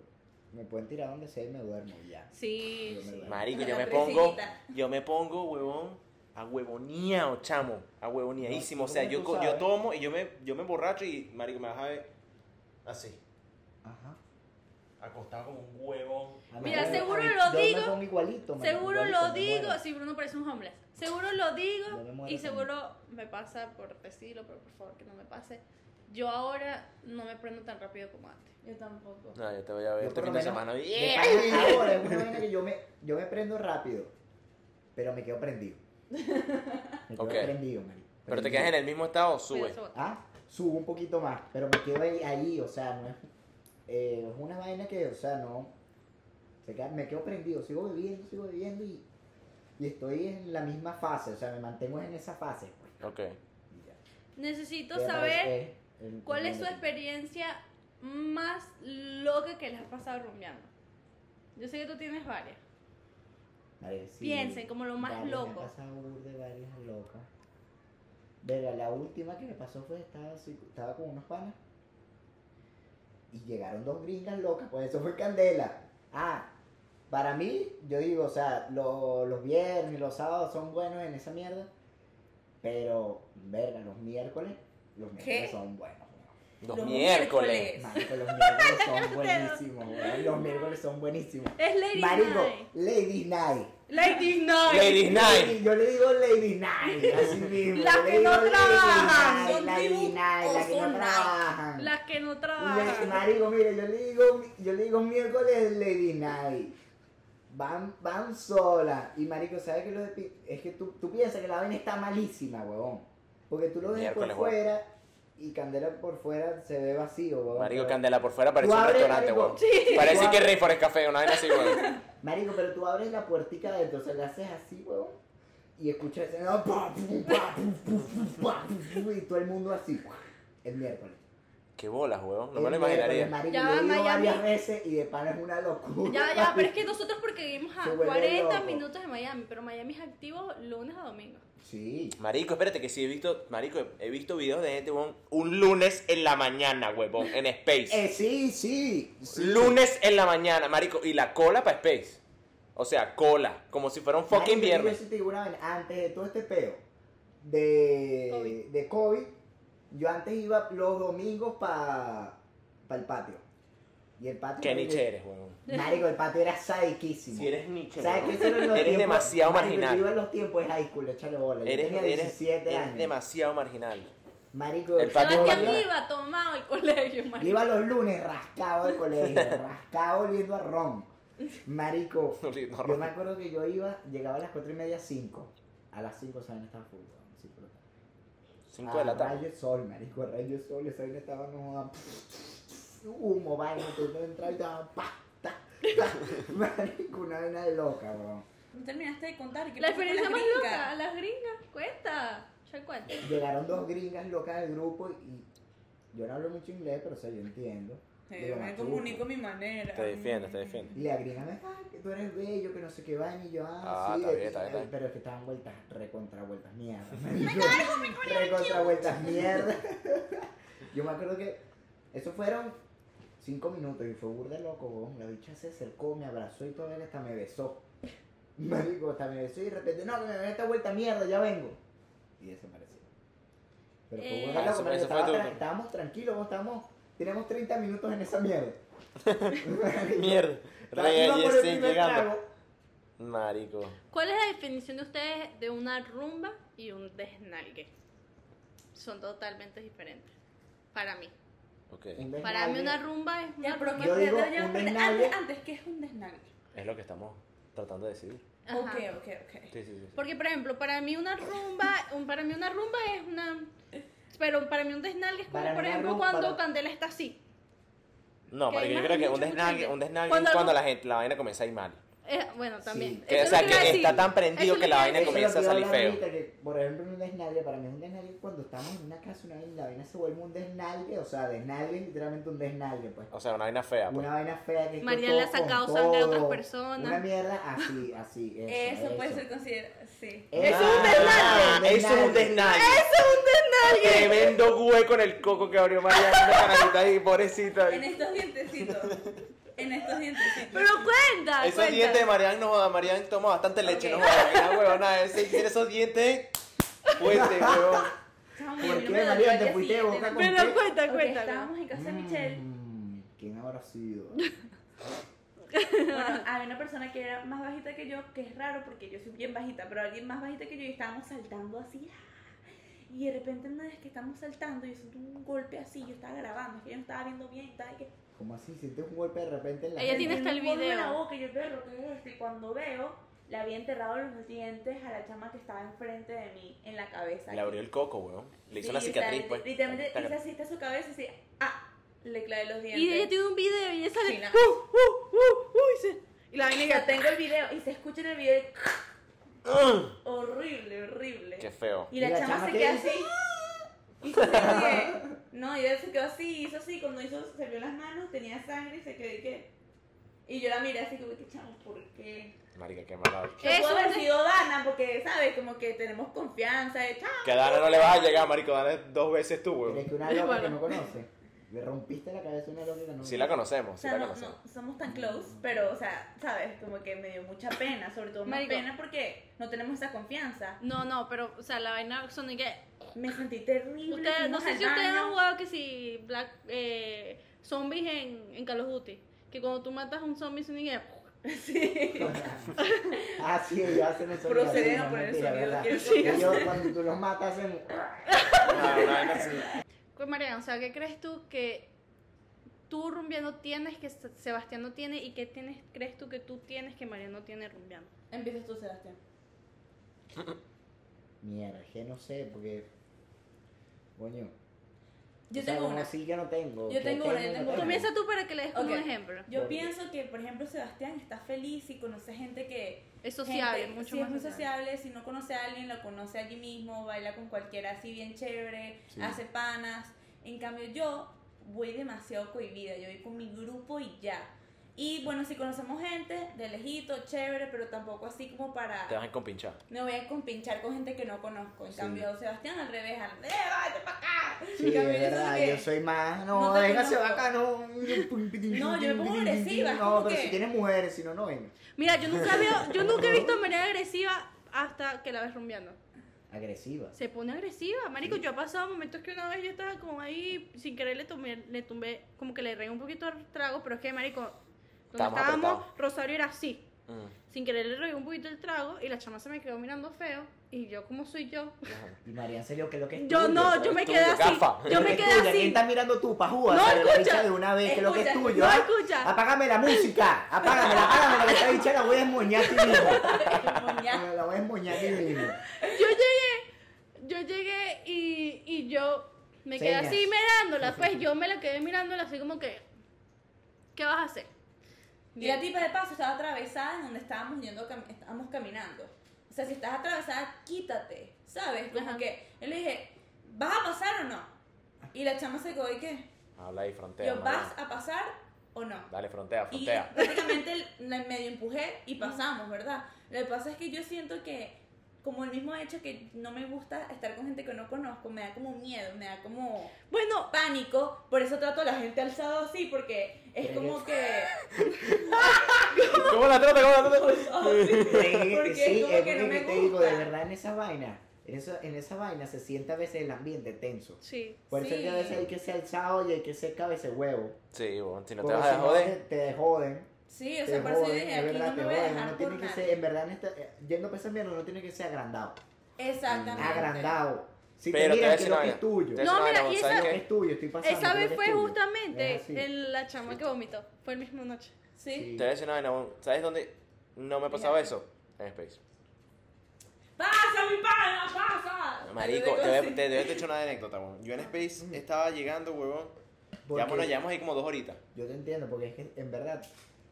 me pueden tirar donde sea y me duermo y ya. Sí, Yo me sí. duermo. Marico, Con yo la me pongo, trencita. yo me pongo, huevón, a huevoneado, chamo, a huevoneadísimo. No, o sea, ¿cómo yo, tú co- yo sabes? tomo y yo me, yo me emborracho y, marico, me vas a ver así, Ajá. acostado como un huevón. A mí Mira, me- seguro a mí- lo yo me digo, pongo igualito, marico, Seguro igualito, lo me digo, muero. si Bruno parece un homeless. Seguro lo Yo me digo muero y seguro me pasa por decirlo, pero por favor que no me pase. Yo ahora no me prendo tan rápido como antes. Yo tampoco. No, yo te voy a Yo ver este por fin lo de menos- semana. de ¡Yeah! pana, Ahora es una vaina que yo me, yo me prendo rápido, pero me quedo prendido. Me quedo Ok. prendido, marico. Pero te quedas en el mismo estado, sube. Mira, subo. Ah, subo un poquito más, pero me quedo ahí, ahí o sea, no es, eh, es una vaina que, o sea, no, se queda- me quedo prendido, sigo bebiendo, sigo bebiendo y, y estoy en la misma fase, o sea, me mantengo en esa fase. pues, Ok. y ya. Necesito Me saber parece el- cuál es su el- experiencia más loca que les ha pasado rumbeando. Yo sé que tú tienes varias. Vale, sí, Piensen como lo más varias, Me loco. ha pasado burda de varias locas. Verga, la última que me pasó fue estaba, así- estaba con unos panas. Y llegaron dos gringas locas, pues eso fue candela. Ah, para mí, yo digo, o sea, lo- los viernes y los sábados son buenos en esa mierda. Pero, verga, los miércoles, los miércoles son buenos. weón. Los, Los miércoles. miércoles. Marico, los miércoles [LAUGHS] son buenísimos, weón, Los miércoles son buenísimos. Es Lady Marico, Night. Lady Night. Lady Night. Lady Night. Yo le digo Lady Night, [LAUGHS] así mismo. Las yo le que digo no Lady trabajan, Night, son Lady tribus Night, o las que son no night. trabajan. Las que no Y yo, trabajan. Marico, mire, yo le digo, yo le digo miércoles Lady Night. Van, van solas. Y marico, ¿sabes que lo de pi- Es que tú, tú piensas que la vaina está malísima, huevón. Porque tú lo ves Miércoles, por huevón. fuera y Candela por fuera se ve vacío, huevón. Marico, Pero- Candela por fuera parece un abres, restaurante, marico. huevón. Parece Tú que abres. Rey Forest Café, una vez así, huevón. Marico, pero tú abres la puertica de adentro, o sea, le haces así, huevón, y escuchas ese no, pa, pu, pa, pu, pu, pu, pa, pu, pu, y todo el mundo así, ¡guau! el miércoles. Qué bolas, huevón. No me El lo imaginaría. miércoles, Marico, Ya ya va, digo Miami. varias veces y de pana es una locura. Ya, ya, pero es que nosotros porque vivimos Se a vuelve 40 loco. minutos de Miami, pero Miami es activo lunes a domingo. Sí. Marico, espérate que sí he visto, marico, he visto videos de gente, huevón, un lunes en la mañana, huevón, en Space. Eh, sí, sí. sí. Lunes en la mañana, marico, y la cola para Space. O sea, cola, como si fuera un fucking Marico, viernes. Yo sí te digo una vaina, antes de todo este peo de COVID. de COVID, yo antes iba los domingos para el patio. Y el patio. Qué marico, niche eres, huevón. Marico, el patio era sadiquísimo. Si eres niche, ¿Sabes qué? huevón, Eso era en [LAUGHS] los eres tiempos- demasiado Marico, marginal. Yo iba en los tiempos de high school, échale bola. Yo Eres, tenía eres- 17 eres años. demasiado marginal. [LAUGHS] Marico, El patio yo Sebastián Mariana. iba, iba tomado el colegio, yo María. iba los lunes rascado del colegio, [LAUGHS] rascado oliendo a ron. Marico, Oliendo a yo ron. me acuerdo que yo iba, llegaba a las 4 y media, 5. A las 5 o sea, no estaba full. weón, sí, pero- 5 de Ah, la tarde. [LAUGHS] Rayo de sol, marico, rayo de sol, esa vaina estaba no joda, humo, vaina, te entraba y te daba pa, ta, [LAUGHS] ta. Marico, una vaina loca, weón. No terminaste de contar. ¿qué La pasó con experiencia las más gringas? loca, las gringas, cuenta. Ya cuenta. Llegaron dos gringas locas del grupo y Yo no hablo mucho inglés, pero o sea, yo entiendo. Eh, Digo, me machuco. comunico a mi manera. Te defiendes, te defiendes. Y la gringa me ah, que tú eres bello, que no sé qué van, y yo, ah, Ah, sí, está de bien, ti, está bien, ay, está pero es que estaban vueltas, recontra [LAUGHS] vueltas mierda. [LAUGHS] recontra vueltas mierda. [LAUGHS] yo me acuerdo que eso fueron cinco minutos y fue burda de loco, weón. La bicha se acercó, me abrazó y todavía que hasta me besó. [LAUGHS] Marico, hasta me besó y de repente, no, que me ve esta vuelta mierda, ya vengo. Y desapareció. Pero fue Eh, burda de loco, Eso- marico, eso fue estaba tu- tra- estábamos tranquilos, vos, estábamos, teníamos 30 minutos en [LAUGHS] esa mierda. [LAUGHS] Mierda. Rey Iba por el Ayesén primer llegando. trago. Marico. ¿Cuál es la definición de ustedes de una rumba y un desnalgue? Son totalmente diferentes. Para mí. Ok. Un Para mí desmadre. una rumba es una Ya, pero rumba. Yo que- digo, ya, ya, un pero desnalgue. antes, antes, ¿qué es un desnalgue? Es lo que estamos tratando de decidir. Ajá. Ok, ok, ok. Sí, sí, sí. sí. Porque por ejemplo, para mí una rumba, un- para mí una rumba es una pero para mí un desnalgue es como Para mí por una ejemplo rumba- cuando para- Candela está así. No, Que hay marico, yo más- creo que mucho, un mucho desnalgue, inglés. un desnalgue Cuando es cuando algo- la gente, la vaina comienza a ir mal. Eh, bueno, también. Sí. Eso Que, o es sea, lo iba a que decir. está tan prendido Eso que es lo la iba a vaina decir. comienza a Eso es lo salir que yo feo. hablaba ahorita, que, por ejemplo, un desnalgue, para mí es un desnalgue cuando estamos en una casa, una vaina, la vaina se vuelve un desnalgue, o sea, desnalgue es literalmente un desnalgue, pues. O sea, una vaina fea. pues. Una vaina fea que es Mariana con le ha todo, sacado con sangre a otras todo. personas. Una mierda así, [LAUGHS] así. Eso, Eso puede eso. ser considerado. Sí. Eso es un Ah, desnalgue. Eso es un desnalgue. Tremendo hueco en el coco que abrió María. Una canalita ahí, pobrecita. En estos dientecitos. En estos dientecitos. Pero cuenta, Esos cuenta. dientes de Marian no joda, Marian toma bastante leche, Ok. no joda, Marian, huevona, ese tiene esos dientes fuerte, huevón. Chamo, ¿Por yo no qué, me doy María? cuenta Te que fuiste de sí, boca no- con- Pero cuenta, Ok, cuenta. estábamos en casa de Michelle. Mm, ¿Quién habrá sido? Bueno, había una persona que era más bajita que yo, que es raro porque yo soy bien bajita, pero alguien más bajita que yo y estábamos saltando así. ah, Y de repente una vez que estamos saltando, yo siento un golpe así, yo estaba grabando, es que yo no estaba viendo bien, estaba que... ¿Cómo así? Sientes un golpe de repente en la Ella gente? tiene- hasta el un polvo en la video. boca, y yo veo lo que es esto, y cuando veo, le había enterrado los dientes a la chama que estaba enfrente de mí, en la cabeza. Le abrió el coco, huevón. Le hizo Sí, una o sea, cicatriz, pues. Literalmente hice así hasta su cabeza y así, ah, le clavé los dientes. Y ella tiene un video y ella sale Sí, nada. uh, uh, uh, uh, y, se- y la vaina O sea, que tengo el video y se escucha en el video el [GASPS] horrible, horrible. Qué feo. Y la, chama, "Ah". se qué queda hizo? así. Y se ríe. No, y ella se quedó así, hizo así, cuando hizo, se vio las manos, tenía sangre y se quedó y que. Y yo la miré así como que chamo, ¿por qué? Marica, qué mala. Yo Eso puedo haber es- sido Dana, porque sabes, como que tenemos confianza, de chao. Que a Dana no le vas a llegar, marico, Dana es dos veces tú, Pero es huevón. que una [LAUGHS] loca Bueno. que no conoce. Le rompiste la cabeza a una loca que no Sí la conocemos, O sí sea, la no, conocemos. no somos tan close, pero, o sea, sabes, como que me dio mucha pena, sobre todo más Marico. pena porque no tenemos esa confianza. No, no, pero o sea, la vaina son de que Me sentí terrible. Ustedes, no fuimos sé al si ustedes baño. han jugado que si Black eh, zombies en, en Call of Duty. Que cuando tú matas a un zombie sin que [LAUGHS] Sí. [LAUGHS] Ah, sí, ellos hacen el sonido. Proceden así, a poner el mentira, sonido, ¿verdad? quiero que- Ellos cuando tú los matas hacen... Ah, una vaina así. Pues Mariana, o sea, ¿qué crees tú que tú rumbeando tienes que Se- Sebastián no tiene y qué tienes crees tú que tú tienes que Mariana no tiene rumbeando? Empiezas tú, Sebastián. Mierda, que no sé, porque... Coño. Yo o sea, tengo como una. así que no tengo. Yo que tengo una, yo tengo una. Comienza tú para que le des como Ok. un ejemplo. Yo Porque- pienso que, por ejemplo, Sebastián está feliz y conoce gente que... Es sociable, gente- mucho sí, más es muy sociable. sociable. Si no conoce a alguien, lo conoce allí mismo, baila con cualquiera así bien chévere, Sí. hace panas. En cambio, yo voy demasiado cohibida, yo voy con mi grupo y ya. Y bueno, si conocemos gente, de lejito, chévere, pero tampoco así como para... Te vas a compinchar. Me voy a compinchar con gente que no conozco. En Sí. cambio, Sebastián al revés, [LAUGHS] al ¡Eh, vaya para acá! En Sí, es cambio, yo verdad, que- yo soy más... No, No te déjase conozco. acá, no. No, No, [LAUGHS] yo me pongo agresiva, es No, como pero que- si tiene mujeres, si no, no venga. Mira, yo nunca [LAUGHS] veo, yo nunca he visto a Mariana agresiva hasta que la ves rumbeando. Agresiva. Se pone agresiva, marico. Sí. Yo he pasado momentos que una vez yo estaba como ahí, sin querer le tomé, le tumbé, como que le reí un poquito al trago, pero es que, marico, donde Estábamos estábamos, apretados. Rosario era así. Mm, Sin querer le reí un poquito el trago y la chama se me quedó mirando feo y yo, como soy yo? ajá. Y María, serio, que lo que es Yo tuyo, no, pues? yo me tú, quedé así. gafa. Yo me ¿Qué es quedé tuyo? ¿Quién así. está mirando tú, pajúa? No, Dale, la escucha. bicha de una vez, que lo que es Escucha, tuyo. no, ¿ah? escucha. Apágame la música, apágamela, apágamela, que esta bicha la voy a esmoñar a ti mismo. Moñazo. La voy a esmoñar a ti mismo. Yo llegué, yo llegué y, y yo me quedé Señas. así mirándola. [LAUGHS] Pues yo me la quedé mirándola así como que, ¿qué vas a hacer? Y la tipa de paso estaba atravesada en donde estábamos yendo, cam- estábamos caminando. O sea, si estás atravesada, quítate, ¿sabes? Como Ajá. que yo le dije, ¿vas a pasar o no? Y la chama se quedó y qué. Habla ahí, frontea. Yo, marico. ¿vas a pasar o no? Dale, frontea, Y frontea. [LAUGHS] prácticamente el- la medio empujé y pasamos, ¿verdad? Lo que pasa es que yo siento que, como el mismo hecho que no me gusta estar con gente que no conozco, me da como miedo, me da como Bueno, pánico. Por eso trato a la gente alzado así, porque es como que. [LAUGHS] ¿Cómo la trata? ¿Cómo la trata? [LAUGHS] oh, porque sí, es como que no lo me te digo, gusta. de verdad en esa vaina, en, eso, en esa vaina se siente a veces el ambiente tenso. sí. Por eso es que a Sí. veces hay que ser alzado y hay que ser cabeza de huevo. Sí, bueno, si no te porque vas a si no joder. Te, te joden. Sí, o Te sea, por eso yo joden, dije, es aquí verdad, no te me voy a joden, dejar no por tiene que nadie. ser, en verdad, en esta, eh, yendo a pensar bien, no tiene que ser agrandado. Exactamente. Agrandado. Si Pero te te voy a miran que decir una lo que vaina. es tuyo. Te voy a No, decir una mira, vaina, y ¿sabes Lo esa- qué? que es tuyo, estoy pasando. Esa lo vez que es fue tuyo. justamente Es así. el- la chama que vomitó. Fue el mismo noche. Sí. Sí. Te voy a decir una vaina, bueno, ¿sabes dónde no me pasaba Mira. eso? En Space. ¡Pasa, mi pana! ¡Pasa! Marico, Te te voy lo digo a- te voy a echar una anécdota, weón. Yo en Space estaba llegando, huevón. Porque Ya, bueno, llevamos ahí como dos horitas. Yo te entiendo, porque es que en verdad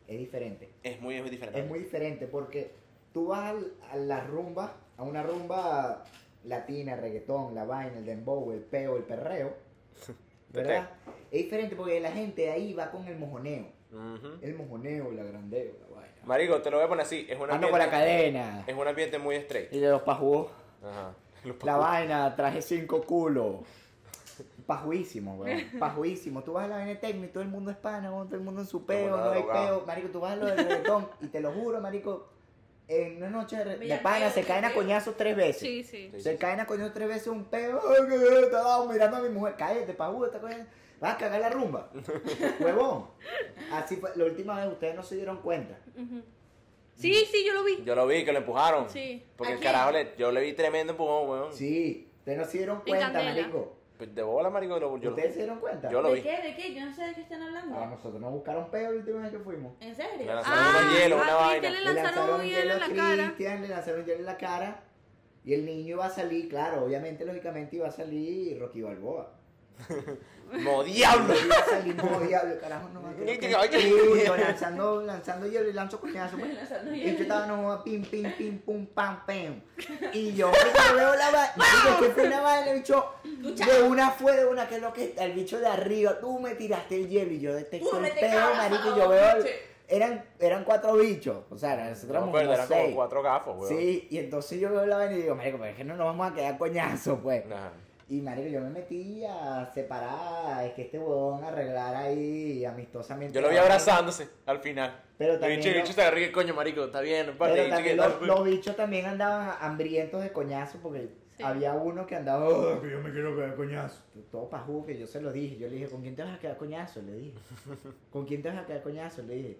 es diferente. Es muy, es muy diferente. Es muy diferente porque tú vas al- a la rumba, a una rumba latina, reggaetón, la vaina, el dembow, el peo, el perreo. ¿Verdad? Es diferente porque la gente ahí va con el mojoneo. Ujú. El mojoneo, la grandeo, la vaina. Marico, te lo voy a poner así. Es un Ando con la ambiente, cadena. es un ambiente muy straight. Y de los pajuos. Ajá. Los La papás. vaina, traje cinco culos. Pajuísimo, weón. Pajuísimo. Tú vas a la vaina técnica y todo el mundo es pana, weón, todo el mundo en su Todo el peo, mundo no hay drogado. peo. Marico, tú vas a lo del reggaetón y te lo juro, marico, en una noche de, de Bellaqueo, pana se caen a bellaqueo. coñazos tres veces. Sí, sí. Sí, sí, Se sí. caen a coñazos tres veces un peo. Ay, que yo te lado mirando a mi mujer. Cállate, pajudo, esta coña. Vas a cagar la [LAUGHS] rumba. Huevón. Así fue. La última vez ustedes no se dieron cuenta. Ujú. Sí, sí, yo lo vi. Yo lo vi, que lo empujaron. Sí. Porque ¿A el quién? carajo, le, yo le vi tremendo empujón, weón. Sí, ustedes no se dieron En cuenta, Candela. marico. Pues De bola, marico, lo- yo, lo- ¿Ustedes se dieron cuenta? yo lo ¿De vi. qué? ¿De qué? Yo no sé de qué están hablando. A nosotros nos buscaron peo la última vez que fuimos. ¿En serio? Claro, sí. Ah, unos hielos, una a vaina. Cristian le lanzaron un hielo en la a cara. Cristian, le lanzaron hielo en la cara. Y el niño iba a salir, claro, obviamente, lógicamente iba a salir Rocky Balboa. ¡No, diablo! Iba a salir como diablo, carajo, no me acuerdo. Ay, qué- Y yo lanzando, lanzando hielo y lanzo coñazo. pues. Lanzando Y hielo. yo estaba no, pim, pim, pim, pum, pam, pam. Y yo, yo veo la vaina, que fue una vaina, el bicho, de una fue, de una, que es lo que está, el bicho de arriba, tú me tiraste el hielo y yo detecto Tú el me te peo, cagas, marico, y ah, yo veo, el- biche. eran, eran cuatro bichos, o sea, nosotros No me éramos acuerdo, como eran seis. como cuatro gafos, weón. Sí, y entonces yo veo la vaina y digo, marico, pero es que no nos vamos a quedar coñazo, pues. Ajá. Y marico, yo me metí a separar, es que este huevón arreglar ahí amistosamente. Yo lo vi la vaina. abrazándose al final. Pero El también bicho, el lo- bicho se agarró y, coño, marico, está bien, parte Pero de también chiquita, los, los bichos también andaban hambrientos de coñazo porque Sí. había uno que andaba, "Oh, que yo me quiero quedar coñazo. Todo pajú que yo se lo dije. Yo le dije, ¿con quién te vas a quedar coñazo? Le dije. ¿Con quién te vas a quedar coñazo? Le dije.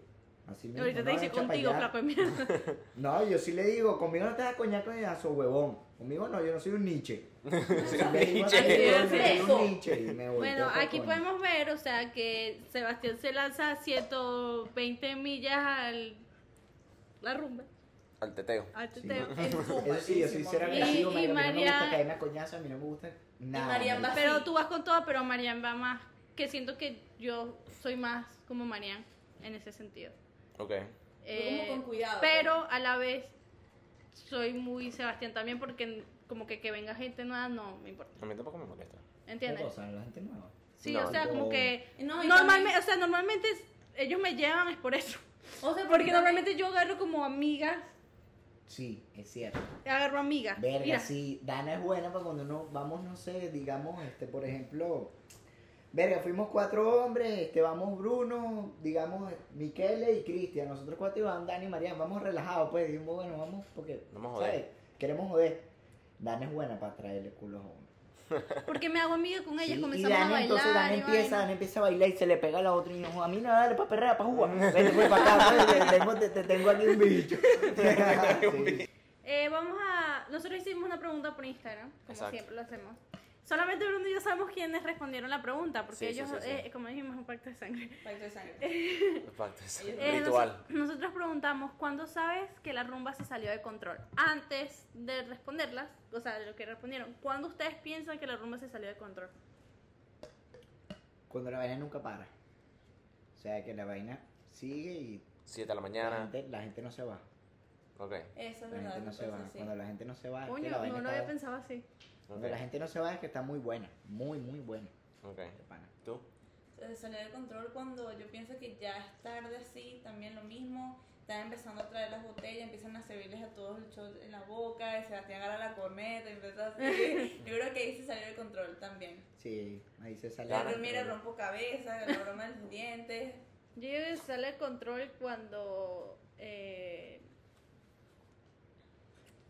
Así mismo. Ahorita te "No, dice echa pa' contigo, allá". flaco de [LAUGHS] mierda. No, yo sí le digo, conmigo no te vas a coñar coñazo, huevón. Conmigo no, yo no soy un niche. Nietzsche. Bueno, aquí podemos ver, o sea, que Sebastián se lanza 120 millas al la rumba, este Al teteo. al Sí. teteo. Eso sí, yo soy ser Y- agresivo, y marico, a mí no me gusta María- caerme a coñazo, a mí no me gusta nada. María marico. Pero tú vas con todo, pero Marian va más, que siento que yo soy más como Marian en ese sentido. Eh, Ok. como con cuidado, Pero a la vez soy muy Sebastián también porque como que que venga gente nueva no me importa, A mí tampoco me molesta. ¿Qué ¿entiendes? cosa? La gente nueva. Sí, No, o sea, no. como que pues. No, y normalmente, también- o sea, normalmente es- ellos me llevan es por eso. O sea, Porque normalmente yo agarro como amigas, Sí, es cierto. agarro amigas. Verga, Ah, Mira, sí, Dana es buena para cuando no vamos, no sé, digamos, este, por ejemplo, verga, fuimos cuatro hombres, este, vamos Bruno, digamos, Miquele y Cristian, nosotros cuatro iban Dana y María, vamos relajados, pues, dijimos, bueno, vamos, porque, Vamos a joder. ¿sabes? Queremos joder. Dana es buena para traerle culos a uno. porque me hago amiga con ellas, Sí, y comenzamos a Dana bailar. entonces Dana y empieza, vaina. Dana empieza a bailar y se le pega a la otra y dijo, a mí no, dale pa' perrea, pa' jugar. Vete pues para acá, pues, te, tengo, te, te tengo aquí un bicho. [LAUGHS] Sí. Eh, vamos a, nosotros hicimos una pregunta por Instagram, como Exacto. siempre lo hacemos. Solamente Bruno y yo sabemos quiénes respondieron la pregunta, porque Sí, sí, ellos, sí, sí. eh, como dijimos, un pacto de sangre. Pacto de sangre. Exacto, [LAUGHS] es Eh, un ritual. nos- nosotros preguntamos, ¿cuándo sabes que la rumba se salió de control? Antes de responderlas, o sea, de lo que respondieron, ¿cuándo ustedes piensan que la rumba se salió de control? Cuando la vaina nunca para. O sea, que la vaina sigue y Siete de la la mañana. gente, la gente no se va. Ok. Eso es La verdad. gente no se va. entonces, sí. Cuando la gente no se va, es Ah, que Coño, la no vaina lo está- había pensado así. ok. Cuando la gente no se va es que está muy buena, muy, muy buena. Ok. de pana. ¿Tú? Se salió eh, de control cuando yo pienso que ya es tarde así, también lo mismo. Están empezando a traer las botellas, empiezan a servirles a todos el shot en la boca, y Sebastián agarra la corneta, empieza así. [LAUGHS] Yo creo que ahí se salió de control también. Sí, ahí se sale. La Claro. mira rompo cabeza, la broma de los dientes. Yo digo que sale de control cuando eh,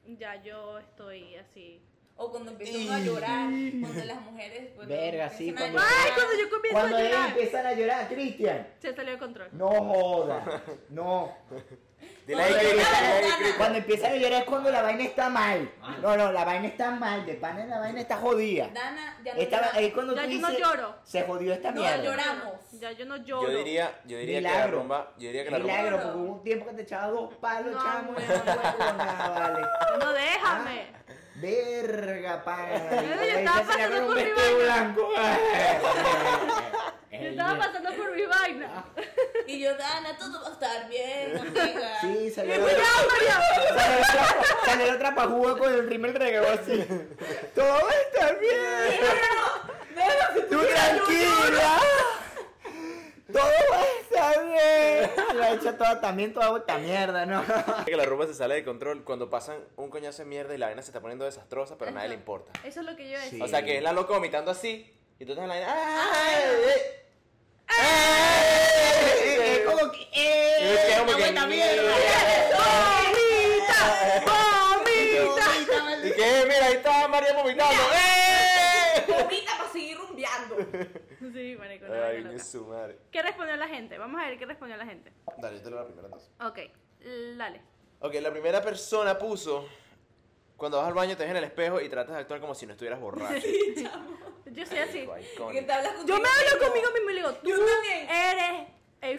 ya yo estoy así. O cuando empiezan a llorar, cuando las mujeres. cuando Verga, sí, empiezan cuando- llorar. ¡Ay, cuando yo comienzo Cuando a ellos llorar! empiezan a llorar, Cristian. Se salió de control. No joda, no. Dile ahí, Chris, dile Cuando llega ahí, la Chris. ventana. Cuando empiezan a llorar es cuando la vaina está mal. No, no, la vaina está mal, de pana la vaina está jodida. Dana, ya no Esta, llora. ahí cuando Ya tú yo no dices, lloro. Se jodió esta No, mierda. llora. Ya yo no lloro. Yo diría, yo diría que la Milagro. rumba, yo diría que la rumba, Milagro, rompa. porque hubo un tiempo que te echaba dos palos, No, chamo. bueno. y no me acuerdo nada, vale. No, déjame. Ah, verga, pana. Yo Ahí estaba se le abre pasando un por mi vestido baño. blanco. Eh, Yo estaba pasando por mi vaina. Ah. Y yo, Dana, todo va a estar [LAUGHS] bien, amiga. Sí, Y salió. fui ya, María. Salió otra- [LAUGHS] Salió otra pajúa con el rimel regado así. Todo va a estar [LAUGHS] bien. Tú tranquila. Todo va a estar bien. La he hecho toda, también toda esta mierda, ¿no? que la rumba se sale de control cuando pasan un coñazo de mierda y la vaina se está poniendo desastrosa, pero a nadie le importa. Eso es lo que yo decía. [LAUGHS] O sea que es la loca vomitando así y tú estás en la vaina. ¡ah! ¡Eh! ¡Ay! ¡Ah! Es como que. ¡Eh! Es eh, que ¡Esta como que- buena mierda! ¡Vomita! ¡Vomita, Y maldita! que mira, ahí está María vomitando. ¡Eh! Vomita para seguir rumbeando. Sí, marico, una Ay, vaina ni loca. su madre. ¿Qué respondió la gente? Vamos a ver qué respondió la gente. Dale, yo te lo la primera entonces. Ok, dale. Ok, la primera persona puso. Cuando vas al baño te ves en el espejo y tratas de actuar como si no estuvieras borracho. Yo soy así. Marico, icónico. Que te hablas contigo Yo me hablo mismo. conmigo mismo y le digo, tú Yo también. eres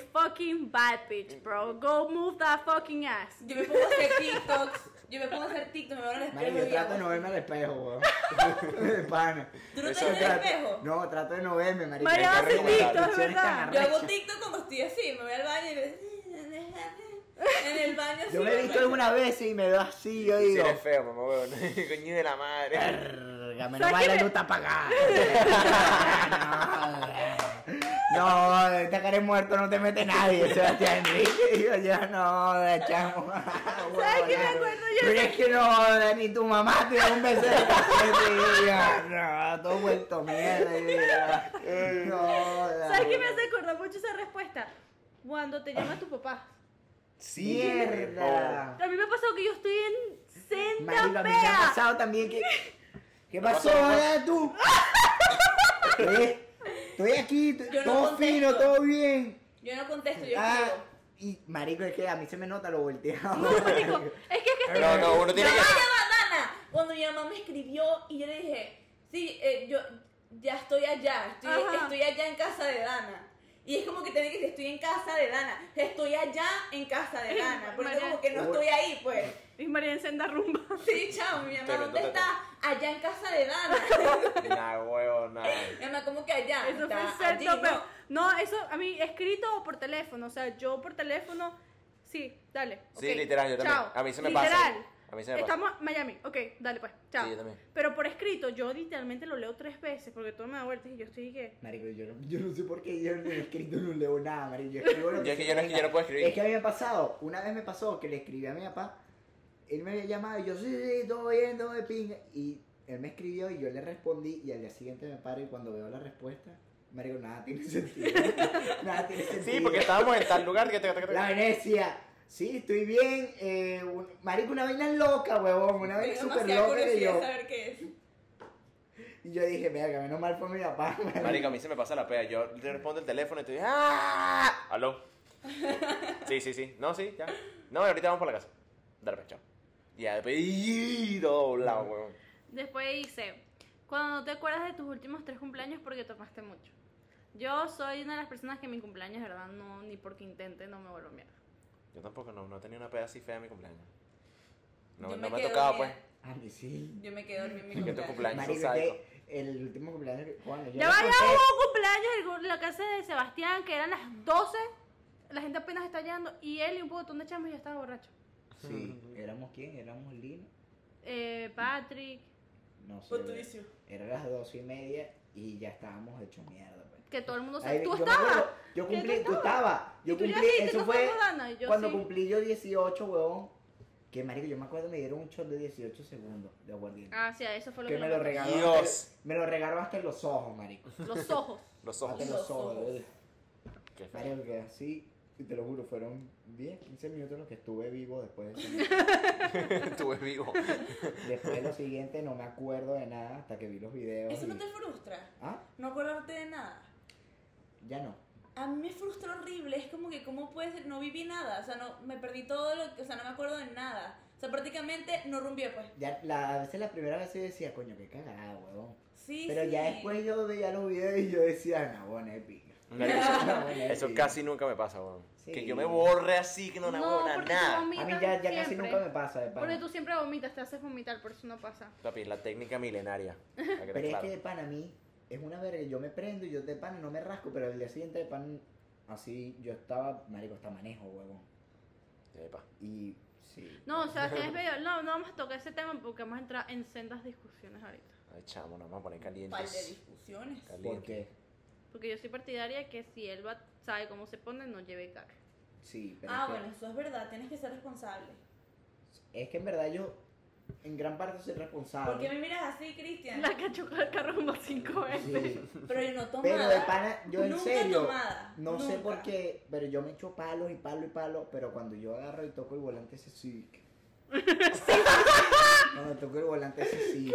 a fucking bad bitch, bro. Go move that fucking ass. Yo me pongo a hacer TikToks. Yo me pongo a hacer TikTok, me veo en el espejo. Madre, y yo trato de hago- no verme al espejo, weón. [LAUGHS] De pana. ¿Tú no te Eso ves en el Trato- espejo? No, trato de no verme, marico. María va a hacer recomendable. TikTok, es Eres tan verdad. Yo arrecha. hago TikTok cuando estoy así. Me voy al baño y me. En el baño así. Yo me he visto me- algunas veces y me veo así, yo Si digo. eres feo, mamá, weón. [LAUGHS] Coño de la madre. Verga, ¿Sabes menos mal la qué me- luz está apagada. [LAUGHS] No, de esta cara de muerto no te mete nadie, Sebastián Enrique. [LAUGHS] Y Yo ya no, de chamo. [LAUGHS] ¿Sabes qué me acuerdo yo? Pero es que no, joda, ni tu mamá te da un beso de frente, y yo, [LAUGHS] No, todo vuelto mierda. [LAUGHS] y yo, No, joda. ¿Sabes qué me hace acordar mucho esa respuesta? Cuando te llama tu papá. Mierda. A mí me ha pasado que yo estoy en Marico, a mí me ha centapea. pasado también [LAUGHS] que... ¿Qué pasó, pasó? [LAUGHS] joda, tú? ¿Eh? Estoy aquí, t- Yo no todo contesto. fino, todo bien. Yo no contesto, yo Ah, escribo. y marico, es que a mí se me nota lo volteado. No, marico, es que es que No, no, uno Ya tiene va, que. ya va, Dana. Cuando mi mamá me escribió y yo le dije, sí, eh, yo ya estoy allá, estoy, Ajá. estoy allá en casa de Dana. Y es como que tiene que decir, estoy en casa de Dana, estoy allá en casa de Dana, porque María. como que no estoy ahí, pues. Y María en senda rumba. Sí, chao, mi mamá, Pero ¿dónde no te- está? Allá en casa [LAUGHS] de Dana. Nah, weón, nah. mi mamá, ¿cómo que allá? Eso fue Está allí, centapea. ¿no? No, eso a mí escrito o por teléfono. O sea, yo por teléfono. Sí, dale. Sí, ok, literal, yo también. chao. A mí se me literal. pasa. A mí se me pasa. Estamos en Miami. Ok, dale pues. Chao. Sí, yo también. Pero por escrito, yo literalmente lo leo tres veces porque todo me da vueltas y yo estoy que. [LAUGHS] Marico, yo no, yo no sé por qué yo no he escrito no leo nada, marico. Yo escribo lo Yo es que yo no- se me yo no puedo venga. escribir. Es que a mí me ha pasado, una vez me pasó que le escribí a mi papá, él me había llamado y yo, sí, sí, todo bien, todo de pinga. Y él me escribió y yo le respondí y al día siguiente me paro y cuando veo la respuesta, marico, nada tiene [LAUGHS] sentido. nada tiene sentido. Sí, porque estábamos en tal lugar que te. te- te- La Venecia. Sí, estoy bien. Eh, un- marico, una vaina loca, huevón. Una vaina Tengo súper demasiada loca que curiosidad yo. de saber qué es. Y yo dije, verga, menos mal fue mi papá. [LAUGHS] marico. Marico, a mí se me pasa la pea. Yo le respondo el teléfono y estoy. ¡Ah! ¿Aló? Sí, sí, sí. No, sí, ya. No, ahorita vamos para la casa. Dale, pues, chao. Y ya de pedido, doblado, weón. Después dice, cuando no te acuerdas de tus últimos tres cumpleaños porque tomaste mucho. Yo soy una de las personas que en mi cumpleaños, de ¿verdad? No, ni porque intente, no me vuelvo mierda. Yo tampoco, no, no tenía una peda así fea en mi cumpleaños. No, Yo no me quedo tocaba, pues. dormida. A mí Ah, sí. Yo me quedé dormida en mi Que tu cumpleaños. cumpleaños, Marico, sádico. que el último cumpleaños. Bueno, yo Ya le vaya, conté- hubo un cumpleaños en la casa de Sebastián, que eran las 12, la gente apenas está llegando, y él y un botón de chamos ya estaba borracho. Mm. Sí, éramos quién? Éramos Lino. Eh, Patrick, No sé. Por tu vicio. Era las dos y media y ya estábamos hecho mierda, pues. Que todo el mundo Ahí- se... ¿Tú yo me acuerdo, estabas? Yo ¿Que cumplí, tú tú estabas. Yo ¿Y tú ya cumplí, sí? ¿Tú eso no fue estabas dando? Y yo cuando sí. cumplí yo 18, huevón. Que marico, yo me acuerdo me dieron un shot de 18 segundos de aguardiente. Ah, sí, eso fue lo que que me le lo pasó. regaló. Dios. hasta- Me lo regaló hasta en los ojos, marico. Los ojos. Los Hasta ojos. en los ojos. ¿verdad? Qué feo. Marico, que así, y te lo juro, fueron 10, 15 minutos los que estuve vivo [LAUGHS] después de eso. Estuve [LAUGHS] vivo. Después de lo siguiente no me acuerdo de nada hasta que vi los videos. ¿Eso no y- te frustra? Ah, No acordarte de nada. ya no. A mí me frustra horrible, es como que cómo puede ser, no viví nada, o sea, no me perdí todo lo que, o sea, no me acuerdo de nada. O sea, prácticamente no rumbié pues. Ya, la, a veces la primera vez yo decía, coño, qué cagada, huevón. Sí, Pero sí. ya después yo veía los videos y yo decía, no, bueno, [LAUGHS] épica. Marico, No, bueno, Eso épica. casi nunca me pasa, weón. Sí. Que yo me borre así, que no, No, no porque tú nada. vomitas A mí ya, ya casi siempre. nunca me pasa, de pana. Porque tú siempre vomitas, te haces vomitar, por eso no pasa. Papi, la técnica [LAUGHS] milenaria. para que Pero te es claro. que de pan a mí es una verga. Yo me prendo y yo de pan no me rasco, pero el día siguiente de pan, así yo estaba, marico, hasta manejo, huevón. Epa. Y sí. No, o [LAUGHS] sea, tienes medio... No, no vamos a tocar ese tema porque vamos a entrar en sendas discusiones ahorita. Ay, chamo, nos vamos a poner Par de calientes. discusiones. Caliente. Porque Porque yo soy partidaria que si él va, sabe cómo se pone, no lleve carro. sí, pero Ah, es, que, bueno, eso es verdad, tienes que ser responsable. es que en verdad yo en gran parte soy responsable. ¿Por qué me miras así, Cristian? La que chocó el carro como cinco [LAUGHS] veces. Sí. Pero yo no tomada. Pero de pana, yo en Nunca serio, tomada, no sé nunca. por qué, pero yo me echo palos y palos y palos, pero cuando yo agarro y toco el volante ese sí. Cuando toco el volante ese sí.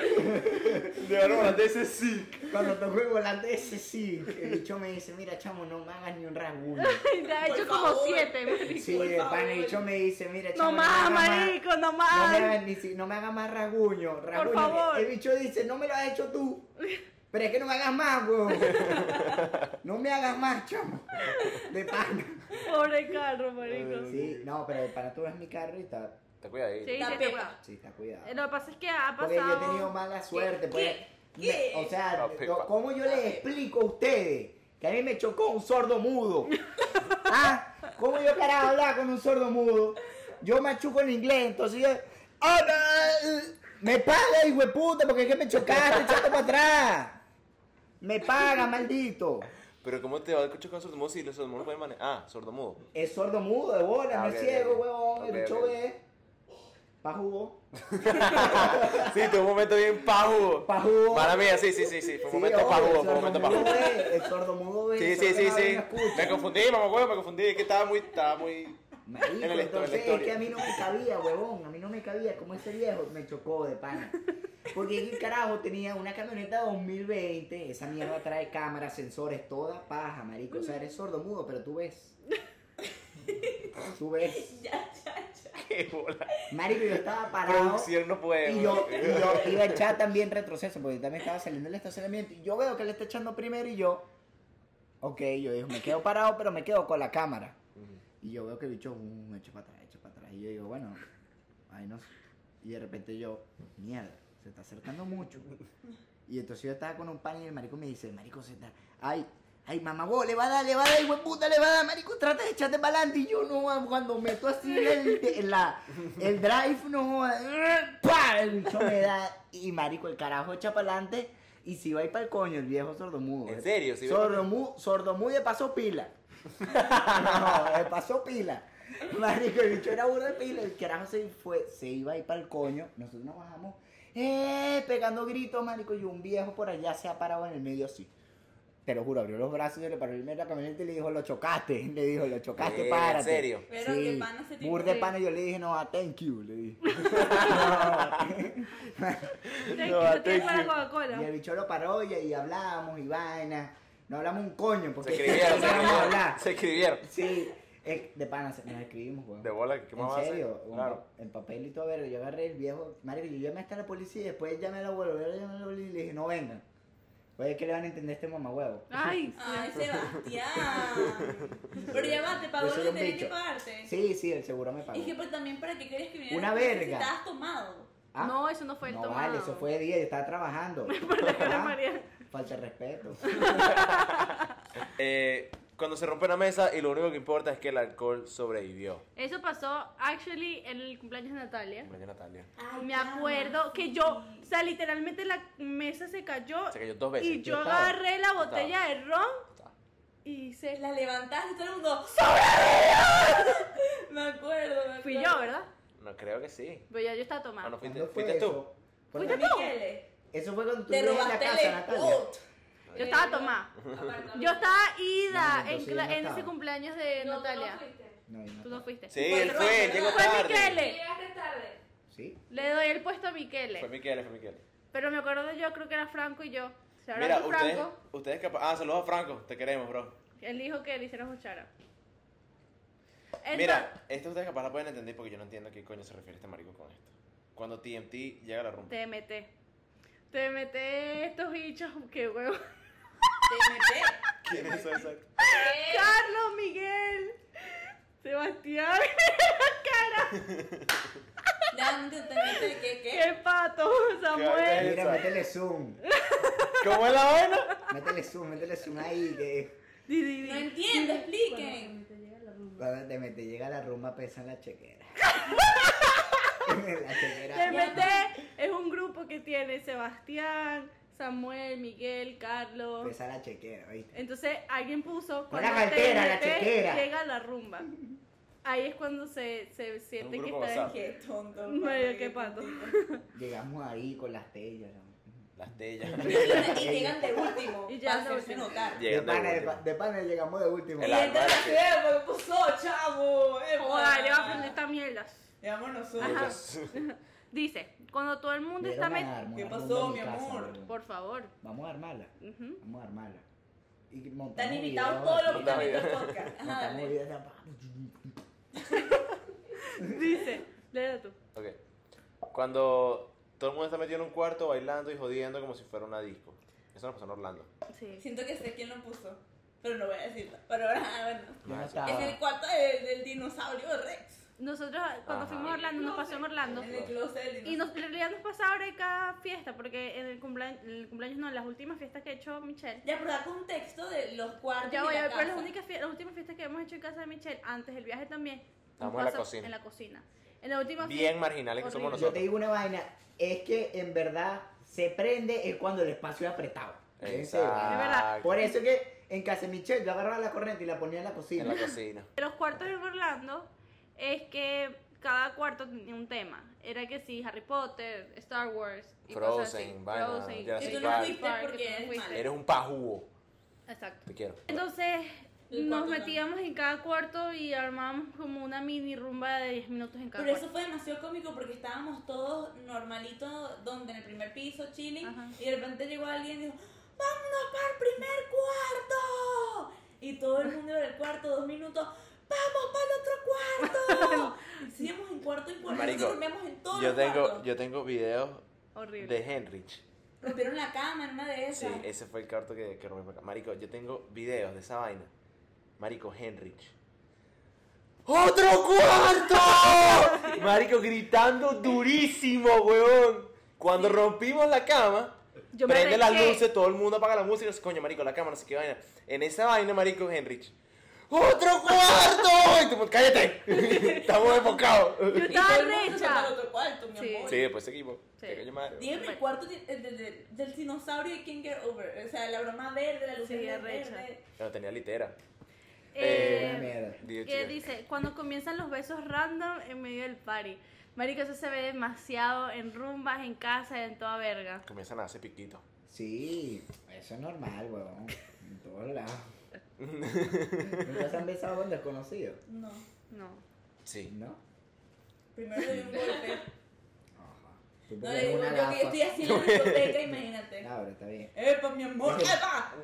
De verdad, de ese sí. Cuando tocó el volante ese sí, el bicho me dice, mira chamo, no me hagas ni un rasguño. Te ha Por hecho favor. como siete, marico. Sí, Por el favor. pan el bicho me dice, mira chamo, No más, me hagas más- marico, no No me, más. hagas ni si- no me hagas más rasguño, rasguño. favor. El bicho dice, no me lo has hecho tú. Pero es que no me hagas más, weón. No me hagas más, chamo. De pana. [LAUGHS] Pobre carro, marico. Sí, no, pero de pana tú ves mi carro y está. Te cuida ahí. Sí, La sí, te pepa. cuidado. Sí, está cuidado. Eh, Lo que pasa es que ha Porque yo pasado. he tenido mala suerte. pues, ¿Qué? ¿Qué? me- o sea, La pepa. lo- ¿cómo yo les explico a ustedes que a mí me chocó un [LAUGHS] sordo mudo? ¿Ah? ¿Cómo yo carajo hablar con un sordo mudo? Yo machuco en inglés, entonces yo. "Ah, no, eh, Me paga, hijo de puta, porque es que me [LAUGHS] chocaste, echate para atrás. Me paga, maldito. Pero ¿cómo te va a escuchar con sordomudo si los sordomudos pueden manejar? Ah, sordomudo. [LAUGHS] Es sordo mudo, de bola, Ah, me ok, ciego, ok. huevón. Ok, el bicho ok. ve. Pa' jugo. Sí, tuvo un momento bien pajugo. Pajugo. Mala mía, sí, sí, sí, sí. Fue un Sí, momento obvio, pajugo, el fue un momento sordomudo pajugo. ve, El sordo mudo ve. Sí, sí, el sordo sí, no ve, sí. no escucha. Me confundí, mamá, huevo, me confundí. Es que estaba muy, estaba muy... Marico, En el esto- en la entonces es historia. que a mí no me cabía, huevón, a mí no me cabía, como ese viejo me chocó de pana. Porque el carajo tenía una camioneta 2020, esa mierda trae cámaras, sensores, toda paja, marico. O sea, eres sordo mudo, pero tú ves. Tú ves. [LAUGHS] Ya, ya, ya. Qué bola. Marico, yo estaba parado. Producción no puede. Y yo, y yo iba a echar también retroceso, porque yo también estaba saliendo del estacionamiento. Y yo veo que él está echando primero y yo. Ok, yo digo, me quedo parado, pero me quedo con la cámara. Y yo veo que el bicho, um, echa para atrás, echa para atrás. Y yo digo, bueno, ahí no sé. Y de repente yo, mierda, se está acercando mucho. Y entonces yo estaba con un pan y el marico me dice, marico, se está, ay, ay, mamá, vos, le va a dar, le va a dar, hijo de puta, le va a dar, marico, trata de echarte para adelante. Y yo, no, ah, cuando meto así el, el- la, el drive, no, joda, ¡pa! el bicho me da, y marico, el carajo echa para adelante. Y si va a ir para el coño, el viejo sordomudo. ¿En serio? ¿Sí va pa'l sordomudo, sordomudo de paso pila. [LAUGHS] No, me pasó pila. [LAUGHS] Marico, el bicho era burro de pila. El carajo se fue, se iba a ir para el coño. Nosotros nos bajamos, eh, pegando gritos, marico. Y un viejo por allá se ha parado en el medio así. Te lo juro, abrió los brazos y le paró el medio de la camioneta y le dijo, lo chocaste. [LAUGHS] Le dijo, lo chocaste, Eh, ¿en párate. serio? Pero sí. qué pana ese tipo. Burro de Sí. pana, yo le dije, no, ah, thank you, le dije. Te- No, te tienes para thank you. Y el Coca-Cola. bicho lo paró y ahí hablábamos y vaina. No hablamos un coño Se porque escribieron, se [LAUGHS] no vamos a hablar. escribieron. Se escribieron. Sí, eh, de pana, se- nos escribimos, weón. De bola, ¿qué más vas a En hacer? serio, un- Claro. en papel y todo, verga. Yo agarré el viejo, marico, yo llamé hasta la policía y después llamé al abuelo, luego llamé al abuelo y le dije, no vengan. Oye, ¿qué le van a entender a este mamagüevo? Ay, "Ah, [LAUGHS] Ay, Sebastián. Pero ya va, te Yo pagó lo soy que un tenías que bicho. pagarte. Sí, sí, el seguro me pagó. Y que pues también para qué querías que viniera Una la policía si verga. estabas tomado. Ah, No, eso no fue el no tomado. vale, eso [LAUGHS] fue de día, yo estaba [LAUGHS] trabajando. Por la cara de Ah, [LAUGHS] María. Falta de respeto. Eh, Cuando se rompe una mesa y lo único que importa es que el alcohol sobrevivió. Eso pasó, actually, en el cumpleaños de Natalia. Cumpleaños Natalia. Ay, Me chama, acuerdo que Ah, sí. yo, o sea, literalmente la mesa se cayó. Se cayó dos veces. Y Yo yo estaba, agarré la yo botella de ron estaba. y hice. La levantaste y todo el mundo. [LAUGHS] Me acuerdo, me acuerdo. Fui yo, ¿verdad? No creo que sí. Pero ya yo estaba Ah, no, tomando. fuiste, ¿Cuándo fue fuiste tú. eso? Fue- ¿Fuiste tú? Michele, Eso fue cuando tú Te vivías en la robaste casa, el Natalia. spot. Yo estaba tomada. Yo estaba ida No, no, en, cla- entonces yo no en estaba. ese cumpleaños de Natalia. No, yo no Tú no fuiste. Sí, él fue, él llegó Fue tarde. Michele. Llegaste tarde. ¿Sí? Le doy el puesto a Miquele. Fue Miquel, fue Miquel. Pero me acuerdo de yo, creo que era Franco y yo. Se habrá Mira, tú, ustedes, Franco. ustedes capaz. Ah, saludos a Franco, te queremos, bro. Él dijo que le hicieron cuchara. Entonces- Mira, esto ustedes capaz la pueden entender porque yo no entiendo a qué coño se refiere este marico con esto. Cuando TMT llega a la rumba. TMT. TMT estos bichos, qué huevo. Te metí. ¿Quién es eso exacto? Carlos Miguel. Sebastián. Dante, te metí, ¿qué, [LAUGHS] qué? Qué pato. Qué Samuel. Eso. Mira, [LAUGHS] métele zoom. ¿Cómo es la vaina? Métele zoom, métele zoom ahí. Que Di, di, di. No entiendo, expliquen. cuando te metes, llega la rumba, pesa en la [LAUGHS] chequera. [LAUGHS] la chequera. TMT es un grupo que tiene Sebastián, Samuel, Miguel, Carlos. Pesa la chequera, ¿viste? Entonces alguien puso Con la cuando cartera, la TNT chequera. Llega la rumba. Ahí es cuando se, se siente que grupo está WhatsApp. Qué tonto. Mario, qué pato. padre. Llegamos ahí con las tellas. ¿no? Las [LAUGHS] tellas. Y [LAUGHS] llegan- y llegan de último. Y Y ya ya de se último. notar. Y De Llegan pana, de, último. pa- de pana llegamos de último. El- La entra la verdad que- ciudad porque puso chavo. eh, Joder, le Oh, va a guau. aprender esta mierda. Llevamos Ajá. nosotros. Dice, cuando todo el mundo Vieron está a metido. armar ¿Qué una pasó, rumba en mi casa, amor? boludo. Por favor. Vamos a armarla. Ujú. Vamos a armarla. Y Están montamos invitados videos, todos los que Montamos están en el video. podcast. Ajá, montamos dale. videos, pa- Dice, léelo tú. Ok. Cuando todo el mundo está metido en un cuarto bailando y jodiendo como si fuera una disco. Eso nos pasó en Orlando. Sí. Siento que sé quién lo puso, pero no voy a decirlo. Pero ahora, Yo no Ah, estaba. bueno. Es el cuarto del, del dinosaurio Rex. Nosotros, cuando Ajá. fuimos a Orlando, Ah, nos pasó en Orlando. En el closet del Y nos, dinosaurio. en realidad nos pasa ahora en cada fiesta, porque en el cumpleaños, en el cumpleaños no, en las últimas fiestas que ha hecho Michelle. Ya, pero da contexto de los cuartos. Ya y voy la a ver, pero Ah, casa. las, únicas fie- las últimas fiestas que hemos hecho en casa de Michelle, antes del viaje también. Estábamos nos en la pasa cocina. En la cocina. En la última Bien fiesta- marginales que somos horrible. Yo nosotros. te digo una vaina, es que en verdad se prende es cuando el espacio es apretado. En serio. Exacto. Es verdad. Por eso que en casa de Michelle yo agarraba la corriente y la ponía en la En cocina. la cocina. De los cuartos en Orlando es que cada cuarto tenía un tema. Era que sí, Harry Potter, Star Wars, y cosas así. Frozen, vaina, Jurassic Y tú no Park. fuiste Park, porque que tú no eres fuiste. mala. Eres un pajúo. Exacto. Te quiero. Entonces El nos cuarto metíamos en cada cuarto y armábamos como una mini rumba de 10 minutos en cada Pero eso cuarto. fue demasiado cómico porque estábamos todos normalito, donde en el primer piso, chilling, Ajá. y de repente llegó alguien y dijo, ¡vámonos para el primer cuarto! Y todo el mundo era el cuarto, dos minutos, ¡vamos para el [LAUGHS] otro cuarto! Y seguimos en cuarto y cuarto, Marico, nosotros dormíamos en todos Yo los tengo, cuartos. yo tengo videos Horrible. de Henrich. Rompieron la cama en una de Sí, esas. ese fue el cuarto que, que rompí por acá. Marico, yo tengo videos de esa vaina. Marico, Henrich. ¡Otro cuarto! [LAUGHS] Marico, gritando durísimo, weón. Cuando rompimos la cama, Yo me prende las arreché. luces, todo el mundo apaga la música. y dice, Coño, marico, la cama, no sé qué vaina. En esa vaina, marico, Henrich. ¡Otro cuarto! Y tú, pues, ¡Cállate! [LAUGHS] Estamos enfocados. Yo Y todo estaba el mundo se fue recha. para el otro cuarto, mi Sí. amor. Sí, después seguimos. Sí. Te coño madre. Dígame el cuarto de- de- de- del dinosaurio y King Get Over. O sea, la broma verde, la luz Sí, verde, arrecha. verde. No, tenía litera. Una Eh, mierda. Digo, que chica. dice, cuando comienzan los besos random en medio del party. Marico, eso se ve demasiado en rumbas, en casa, en toda verga. Comienzan a hacer piquito. Sí, eso es normal, weón. En todos lados. ¿Nunca se han besado con desconocidos? No. No. Sí. ¿No? Primero le di un golpe. Ajá. Tú No pones le digo una yo gafa. que yo estoy así en la discoteca, [LAUGHS] imagínate. No, pero está [LAUGHS] bien. ¡Epa, mi amor! ¡Epa!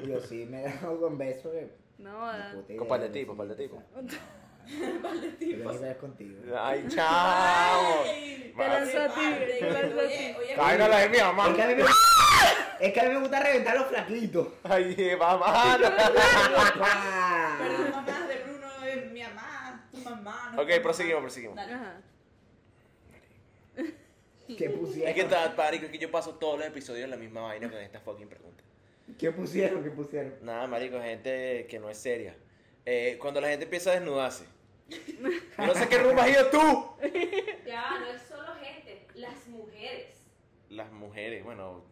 [LAUGHS] [LAUGHS] Yo sí me he dado con besos. de- No, Ah. de puta idea, Con pal de no tipo, sé pal de qué tipo. pensar. Pero esa es contigo. Ay, chao. Ay, Te lanzó a ti, Aparte, te lanzó a ti. oye, oye, Cáigala de mi Es que, a mí mamá. me... [LAUGHS] es que a mí me gusta reventar los flaquitos. Ay, mamá. Perdón, mamá de Bruno, es mi mamá, tu mamá. no Ok, tu proseguimos, mamá. proseguimos. Dale. Ajá. Que pusieron. Es que está, marico, es que yo paso todos los episodios en la misma vaina con esta fucking pregunta. ¿Qué pusieron? ¿Qué pusieron? Nada, marico, gente que no es seria. Eh, cuando la gente empieza a desnudarse. Yo no sé qué rumba has ido tú. Ya, no es solo gente, las mujeres. Las mujeres, bueno.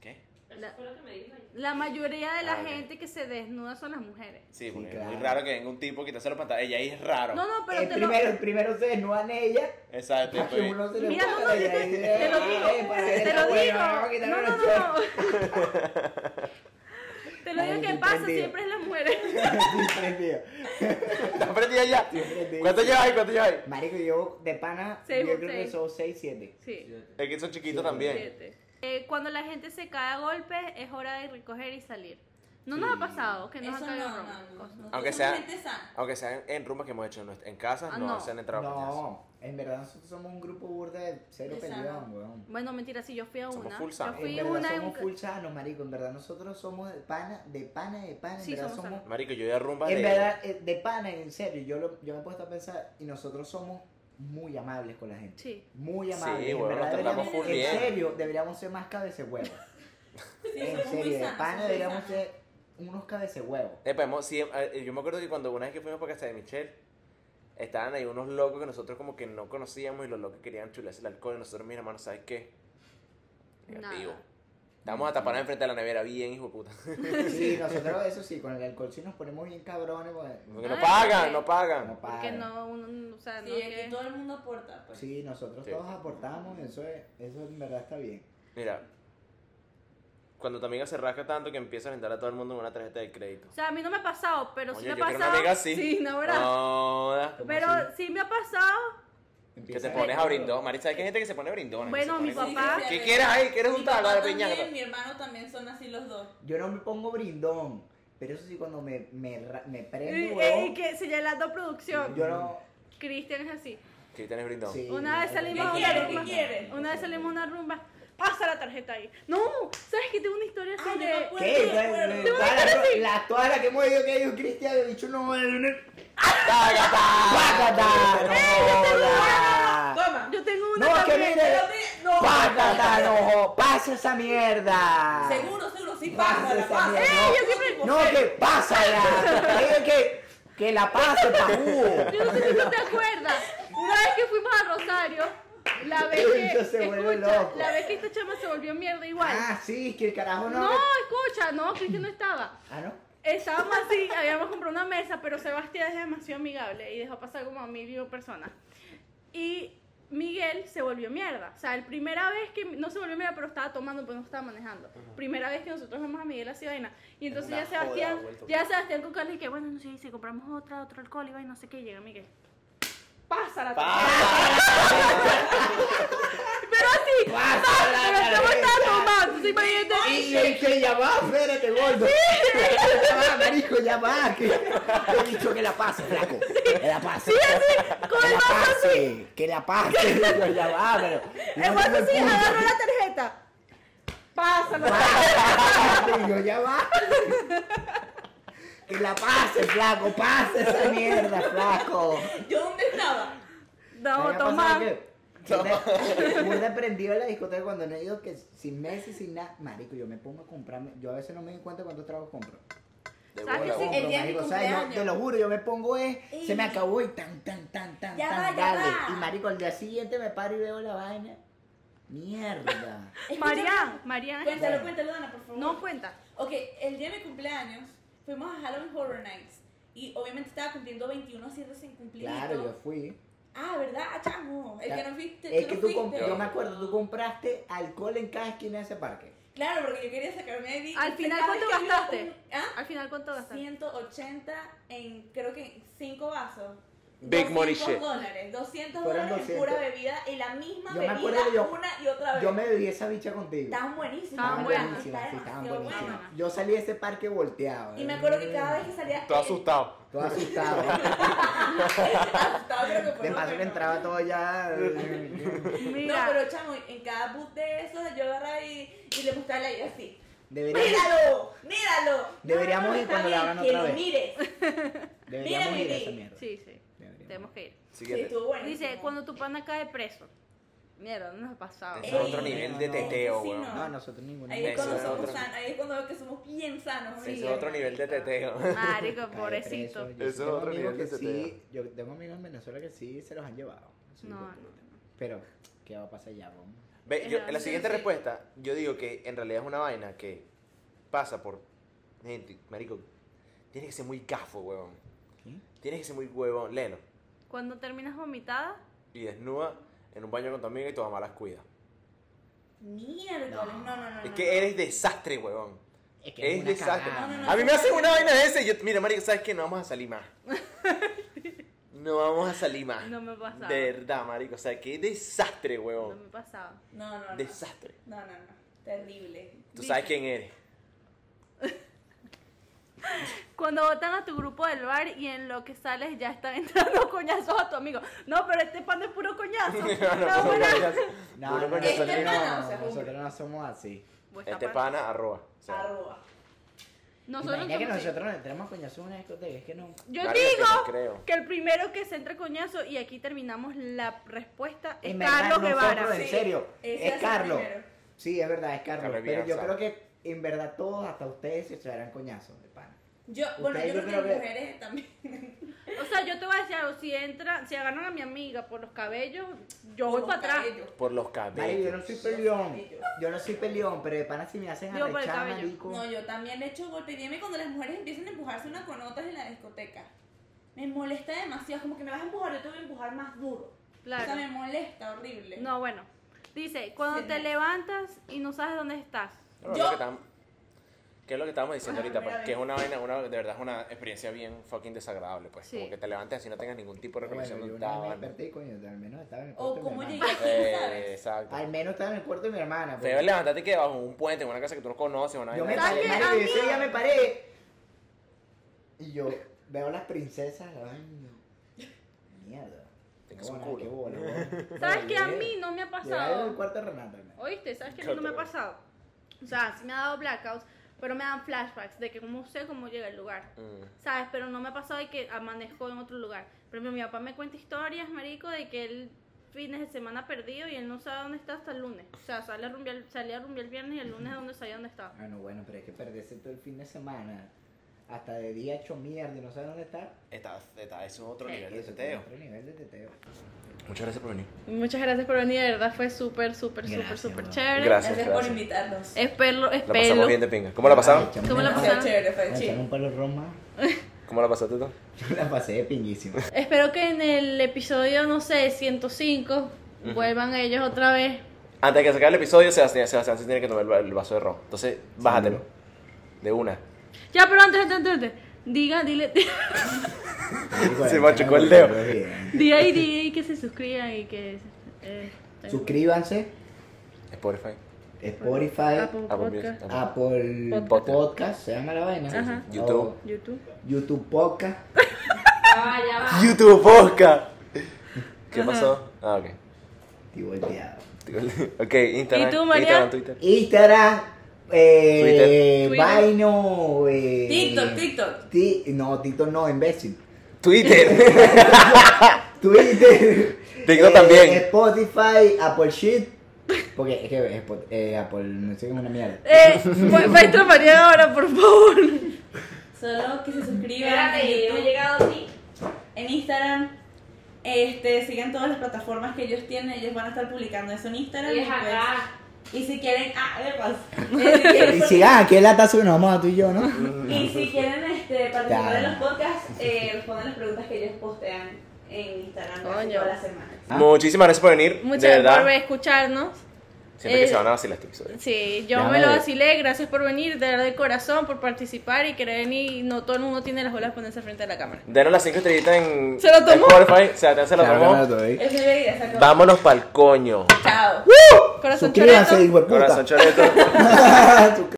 ¿Qué? Eso La- fue lo que me dijo. ayer. La mayoría de la Ah, ok. gente que se desnuda son las mujeres. Sí, Sí, porque es claro. muy raro que venga un tipo quitarse los pantalones. Ella ahí es raro. No, no, pero el, te lo, Eh, primero, el primero se desnudan ella. Exacto. para que estoy- [LAUGHS] uno se le Mira, no, ponga no, y yo te, ahí, te lo eh, digo, eh, para te esta lo buena, digo. vamos a quitarle No, no, los [LAUGHS] no. shorts. [LAUGHS] Te lo digo Ay, que estoy pasa, prendido. siempre es las mujeres. Sí, prendido. ¿Estás prendida ya? prendida. ¿Cuánto llevas ahí? ¿Cuánto llevas ahí? Marico, yo de pana, Seis yo por creo que seis. son 6, 7. Sí. Es que son chiquitos Sí, también. Siete. Eh, cuando la gente se cae a golpes, es hora de recoger y salir. No nos ha pasado que nos Eso ha caído no, rompos. no, no, no. Aunque Somos sea, gente sana. aunque sean en rumbas que hemos hecho en, nuestra- en casa, Ah, no, no. se han entrado a puñazo. No, en verdad nosotros somos un grupo burda de cero De peleón, sano. weón. Bueno, mentira, sí, yo fui a Somos una. full Yo sano. fui en verdad una en un somos ca- full sanos, marico. En verdad nosotros somos de pana, de pana, de pana. En Sí, verdad somos somos... sanos. Marico, yo iba a rumbas En de- verdad, eh, de pana, en serio. Yo, lo- yo me he puesto a pensar y nosotros somos muy amables con la gente. Sí. Muy Sí, amables. en weón, nos verdad tratamos deberíamos- full bien. En serio, deberíamos ser más cabecehuevos. Sí, en somos muy serio, de sanos, pana somos muy deberíamos sanos. ser unos cabecehuevos. Epa, hemos- sí, eh, yo me acuerdo que cuando una vez que fuimos para casa de Michelle, estaban ahí unos locos que nosotros como que no conocíamos y los locos querían chularse el alcohol y nosotros, mira, hermano, ¿sabes qué? Negativo. Nada. Estamos a tapar enfrente de la nevera, bien, hijo de puta. [LAUGHS] Sí, nosotros eso sí, con el alcohol sí nos ponemos bien cabrones. porque- Porque no Ay, pagan, ok. no pagan. No pagan. Porque no, uno, o sea, no Sí, que- aquí todo el mundo aporta. Pues. Sí, nosotros Sí. todos aportamos, eso, es, eso en verdad está bien. Mira, cuando tu amiga se rasca tanto que empieza a rentar a todo el mundo con una tarjeta de crédito. O sea, a mí no me ha pasado, pero sí Coño, me ha yo quiero una pasado. amiga así. Sí, no, ¿verdad? No, da. ¿Cómo Pero así? sí me ha pasado. que Empieza te pones a ver. brindón. Mari, ¿sabes que hay gente que se pone brindona? Bueno, Se pone mi como- papá- sí, sí, ¿Qué sí. quieres ahí? ¿Quieres Mi un tabla papá de peña? también, Mi hermano también son así los dos. Yo no me pongo brindón, pero eso sí cuando me, me, ra- me prendo, Y, eh, huevón, y que señalando producción. yo no... Cristian es así. Sí, tenés brindón. sí, Una vez no, salimos no, a ¿Qué una quieres? rumba. ¿Qué quieres? Una vez salimos a una rumba. Pasa la tarjeta ahí. No, sabes que tengo una historia así Ay, Ah, yo me de. acuerdo. ¿Qué? Yo me acuerdo. Todas las- las- todas las que hemos ido que ha ido Cristian, el bicho no... el- el- ¡Págata! ¡No joda! Toma. Yo tengo una No, es que también. mire... No. ¡Págata, no jo- ¡Pasa esa mierda! Seguro, seguro, sí Pasa pasa, la esa pasa. mierda. Eh, yo siempre- No, que pásala. Oye, que, que la pase, Yo no pajú. sé si tú te acuerdas. Una vez que fuimos a Rosario, [LAUGHS] la vez que. Eso se vuelve escucha, loco. La vez que esta chama se volvió mierda igual. Ah, sí, que el carajo no. no, escucha, no, Cristian no estaba. Ah, no. Estábamos [LAUGHS] así, habíamos comprado una mesa, pero Sebastián es demasiado amigable y dejó pasar como a mil y un personas. Y Miguel se volvió mierda. O sea, la primera vez que. No se volvió mierda, pero estaba tomando, pues no estaba manejando. Primera vez que nosotros vemos a Miguel así vaina. Y entonces Una ya Sebastián. joda, vuelto Ya Sebastián con Carlos y que, bueno, no sé, si compramos otra, otro alcohol y vaina, no sé qué, y llega Miguel. Pásala. Pero así. Pásala, ¿sabes? Pero estamos la verga. tomando. ¿sí? imagínate. Y el que ya va, espérate, gordo. Ya va, marico, ya va. Que, que he dicho que la pase, flaco. Que la pase. con que el la vaso pase. Que la pase. [LAUGHS] Digo, ya va, pero. El no vaso me así, puto. agarró la tarjeta. Pásala. [LAUGHS] Digo, ya va. Que la pase, flaco. Pase esa mierda, flaco. ¿Yo dónde estaba? No, ¿Sabes qué pasa? toma. Que- que Burda aprendido en la discoteca cuando no he ido que sin Messi, sin nada. Marico, yo me pongo a comprarme. Yo a veces no me doy cuenta cuántos tragos compro. De ¿Sabes bola, que sí? bola. El día de mi marico, o sea, yo cumpleaños. te lo juro, yo me pongo es, Ey. se me acabó y tan, tan, tan, tan, Ya tan, va, ya dale. va. Y marico, al día siguiente me paro y veo la vaina. [LAUGHS] Mierda. Marian, Marian. Cuéntalo, cuéntalo, Dana, por favor. No cuenta. pues. Ok, el día de mi cumpleaños fuimos a Halloween Horror Nights. Y obviamente estaba cumpliendo 21, haciendo sin cumplir. claro, yo fui. Ah, ¿verdad, chamo? El que no fuiste. es que no tú, fuiste. comp- yo me acuerdo, tú compraste alcohol en cada esquina de ese parque. Claro, porque yo quería sacarme de ahí. Al final, Cada vez ¿cuánto que había gastaste? un- ¿Ah? Al final, ¿cuánto gastaste? 180 en, creo que 5 vasos. Big money 200 shit. dólares, 200 Fueron dólares 200. en pura bebida y la misma Yo me acuerdo bebida que yo- una y otra vez. Yo me bebí esa bicha contigo. Estaban buenísimas. Estaban buenas, buenísimas, sí, estaban demasiado buenísimas. buenas. Yo salí de ese parque volteado. eh, Y me acuerdo que cada vez que salía. Todo asustado. [LAUGHS] Todo asustado. [LAUGHS] Asustado, creo que fue De lo paso peor. que entraba todo ya. eh, [LAUGHS] Mira. No, pero chamo, en cada boot de esos yo agarraba y, y le mostraba la idea así. Deberíamos, ¡Míralo! ¡Míralo! Deberíamos ir está cuando la bien, hagan que otra lo vez. mires. deberíamos ir Mira, a Mimi. esa mierda. Sí, sí. Deberíamos. Tenemos que ir. Sí, Siguiente. estuvo bueno. Dice, cuando tu pana cae preso. Mierda, no nos pasaba. Eso es Ey, otro nivel de no, teteo, sí, weón. no. No, nosotros ninguno. Ahí es Eso cuando es somos otro- sanos, ahí es cuando veo que somos bien sanos. Eso es amiga. otro nivel de [LAUGHS] teteo. Marico, Cae preso. pobrecito. Yo Eso es tengo otro amigos nivel de que sí, teteo. Yo tengo amigos en Venezuela que sí se los han llevado. Eso es No, lo que- no. Pero, ¿qué va a pasar ya, vamos? Ve, yo- Ajá, la sí, siguiente sí. respuesta, yo digo que en realidad es una vaina que pasa por. Gente, marico, tienes que ser muy gafo, huevón. ¿Qué? Tienes que ser muy huevón, leno. Cuando terminas vomitada, Y desnuda en un baño con tu amiga y tu mamá las cuida. Miércoles, no, no, no. no es no. Ah. que eres desastre, huevón. Es Es una desastre. cagada. No, no, no. A mí me hacen una vaina de ese. y Yo, mira, marico, ¿sabes qué? No vamos a salir [LAUGHS] más. No vamos a salir más. No me pasaba. De verdad, marico. O sea, qué desastre, no huevón. me pasaba. No, no, no. Desastre. No, no, no. Terrible. Tú sabes quién eres. Cuando votan a tu grupo del bar y en lo que sales ya están [LAUGHS] entrando coñazos a tu amigo. No, pero este pan es puro [LAUGHS] coñazo. No, no, No, puro bueno. pues, coñazo. No, Puro no, coñazo. nosotros, Este pana, no, o sea, nosotros hombre. no somos así. Pues Este capaz. pana, arroba. O sea, Arroba. Nosotros Imagina que somos- nosotros nos entramos coñazo en una discoteca, es que no. Yo Marico, digo yo no creo. que el primero que se entra coñazo, y aquí terminamos la respuesta, es En verdad, Carlos nosotros, Guevara. En Sí, serio, ese es es el Carlos. primero. Sí, es verdad, es Carlos. Carlos pero yo Villanza. creo que en verdad todos, hasta ustedes, se echarán coñazos de pana. Yo, bueno, Ustedes yo yo creo que creo las que- mujeres también. O sea, yo te voy a decir algo, si entra, si agarran a mi amiga por los cabellos, yo voy Los para atrás. cabellos. Por los Ay, yo no cabellos. soy peleón. Yo no soy peleón, pero de pana si me hacen Digo, por el arrechar, cabello. marico. No, yo también le echo golpe. Dime cuando las mujeres empiezan a empujarse unas con otras en la discoteca. Me molesta demasiado. Como que me vas a empujar, yo te voy a empujar más duro. Claro. O sea, me molesta horrible. No, bueno. Dice, cuando Sí, te no. levantas y no sabes dónde estás. Pero es Yo- lo que estábamos- ¿Qué es lo que estábamos diciendo Ah, ahorita? Pues, primera que es vez. una vaina, una, de verdad es una experiencia bien fucking desagradable, pues. Sí. Como que te levantes así no tengas ningún tipo de Bueno, reconexión yo de una estaba, vez me ¿no? desperté, coño, al menos estaba en el cuarto O de cómo mi hermana. llegué aquí, Eh, ¿sabes? exacto. Al menos estaba en el cuarto de mi hermana. pues. Feo es levantarte que bajo un puente, en una casa que tú no conoces, una Yo me vaina. ¿Sabes paré, qué? marico, A y ese mí- día me paré. Y yo veo las princesas, la vaina. Mierda. Te Qué casó un bola, culo. [LAUGHS] qué bola, bola. ¿Sabes qué? A Llegué- mí no me ha llegué al pasado. cuarto de Renata, hermano. ¿Oíste? ¿Sabes qué no me ha pasado? O sea, sí me ha dado blackouts, pero me dan flashbacks de que cómo sé cómo llega el lugar. Mm. ¿Sabes? Pero no me ha pasado de que amanezco en otro lugar. Pero mi, mi papá me cuenta historias, marico, de que él fines de semana perdido y él no sabe dónde está hasta el lunes. O sea, sale a rumbear, salía a rumbear el viernes y el lunes donde sabía dónde estaba. Ah, no, bueno, pero es que perderse todo el fin de semana. Hasta de día hecho mierda y no sabes dónde está. Está, está, eso es otro Sí. nivel de Eso teteo. tiene Otro nivel de teteo. Muchas gracias por venir. Muchas gracias por venir, de verdad fue súper, súper, súper, Gracias, súper mamá. chévere. Gracias, Gracias por gracias. invitarnos. Espero, La pasamos espero. bien de pinga. ¿Cómo la pasaron? Ay, ¿Cómo Eh, la echame- Demasiado pasaron? chévere, fue Me echaron chido. un palo roma. ¿Cómo la pasaste tú? [LAUGHS] Yo la pasé de pinguísima. Espero que en el episodio, no sé, 105 vuelvan ellos otra vez. Antes de que se acabe el episodio, Sebastián, Sebastián se tiene que tomar el va- el vaso de ron. Entonces, bájatelo. De una. Ya, pero antes, antes, antes, antes. Diga, dile, [LAUGHS] Se machucó el dedo. di ahí, di ahí que se suscriban y que... eh, Suscríbanse. Spotify. Spotify. Apple Apple Podcast, Music. Apple Podcast. Podcast. se llama la vaina. Ajá. O YouTube. YouTube. YouTube Podcast. Ya Ah, va, ya va. YouTube Podcast. ¿Qué pasó? Ah, ok. [LAUGHS] Y volteado. Ok, Instagram. ¿Y tú, María? Instagram, Twitter. Instagram. Eh, Twitter. Vaino. eh, TikTok, TikTok. Ti- no, TikTok no, imbécil. Twitter. [LAUGHS] Twitter. Eh, TikTok también. Spotify, Apple Shit. Porque es que Spo- eh, Apple no sé, es una mierda. [LAUGHS] Eh, fue- fue esto María ahora, por favor. Solo que se suscriban Espérate, en yo no he YouTube, llegado a ti. en Instagram. Este, sigan todas las plataformas que ellos tienen, ellos van a estar publicando eso en Instagram. Y es pues, acá. Y si quieren, ah, de [LAUGHS] paso. Y si, ah, aquí en la taza nos vamos a tú y yo, ¿no? Y si quieren este, participar Ya. en los podcasts, eh, respondan las preguntas que ellos postean en Instagram casi Coño. todas las semanas. Muchísimas gracias por venir. de Ah. Muchas gracias verdad. por escucharnos. Siempre que Eh, se van a vacilar este episodio. Sí, yo Ya, me lo vale. vacilé, gracias por venir, de verdad de corazón, por participar y querer venir, y no todo el mundo tiene las bolas de ponerse frente a la cámara. Denos las 5 estrellitas en Se lo tomó. Spotify. Sebastián se lo Claro, tomó. no lo doy. El bebé ya sacó. Vámonos pa'l coño. Chao. Corazón Suscríbanse, choreto. hijo de puta. Corazón choreto. Suscríbanse.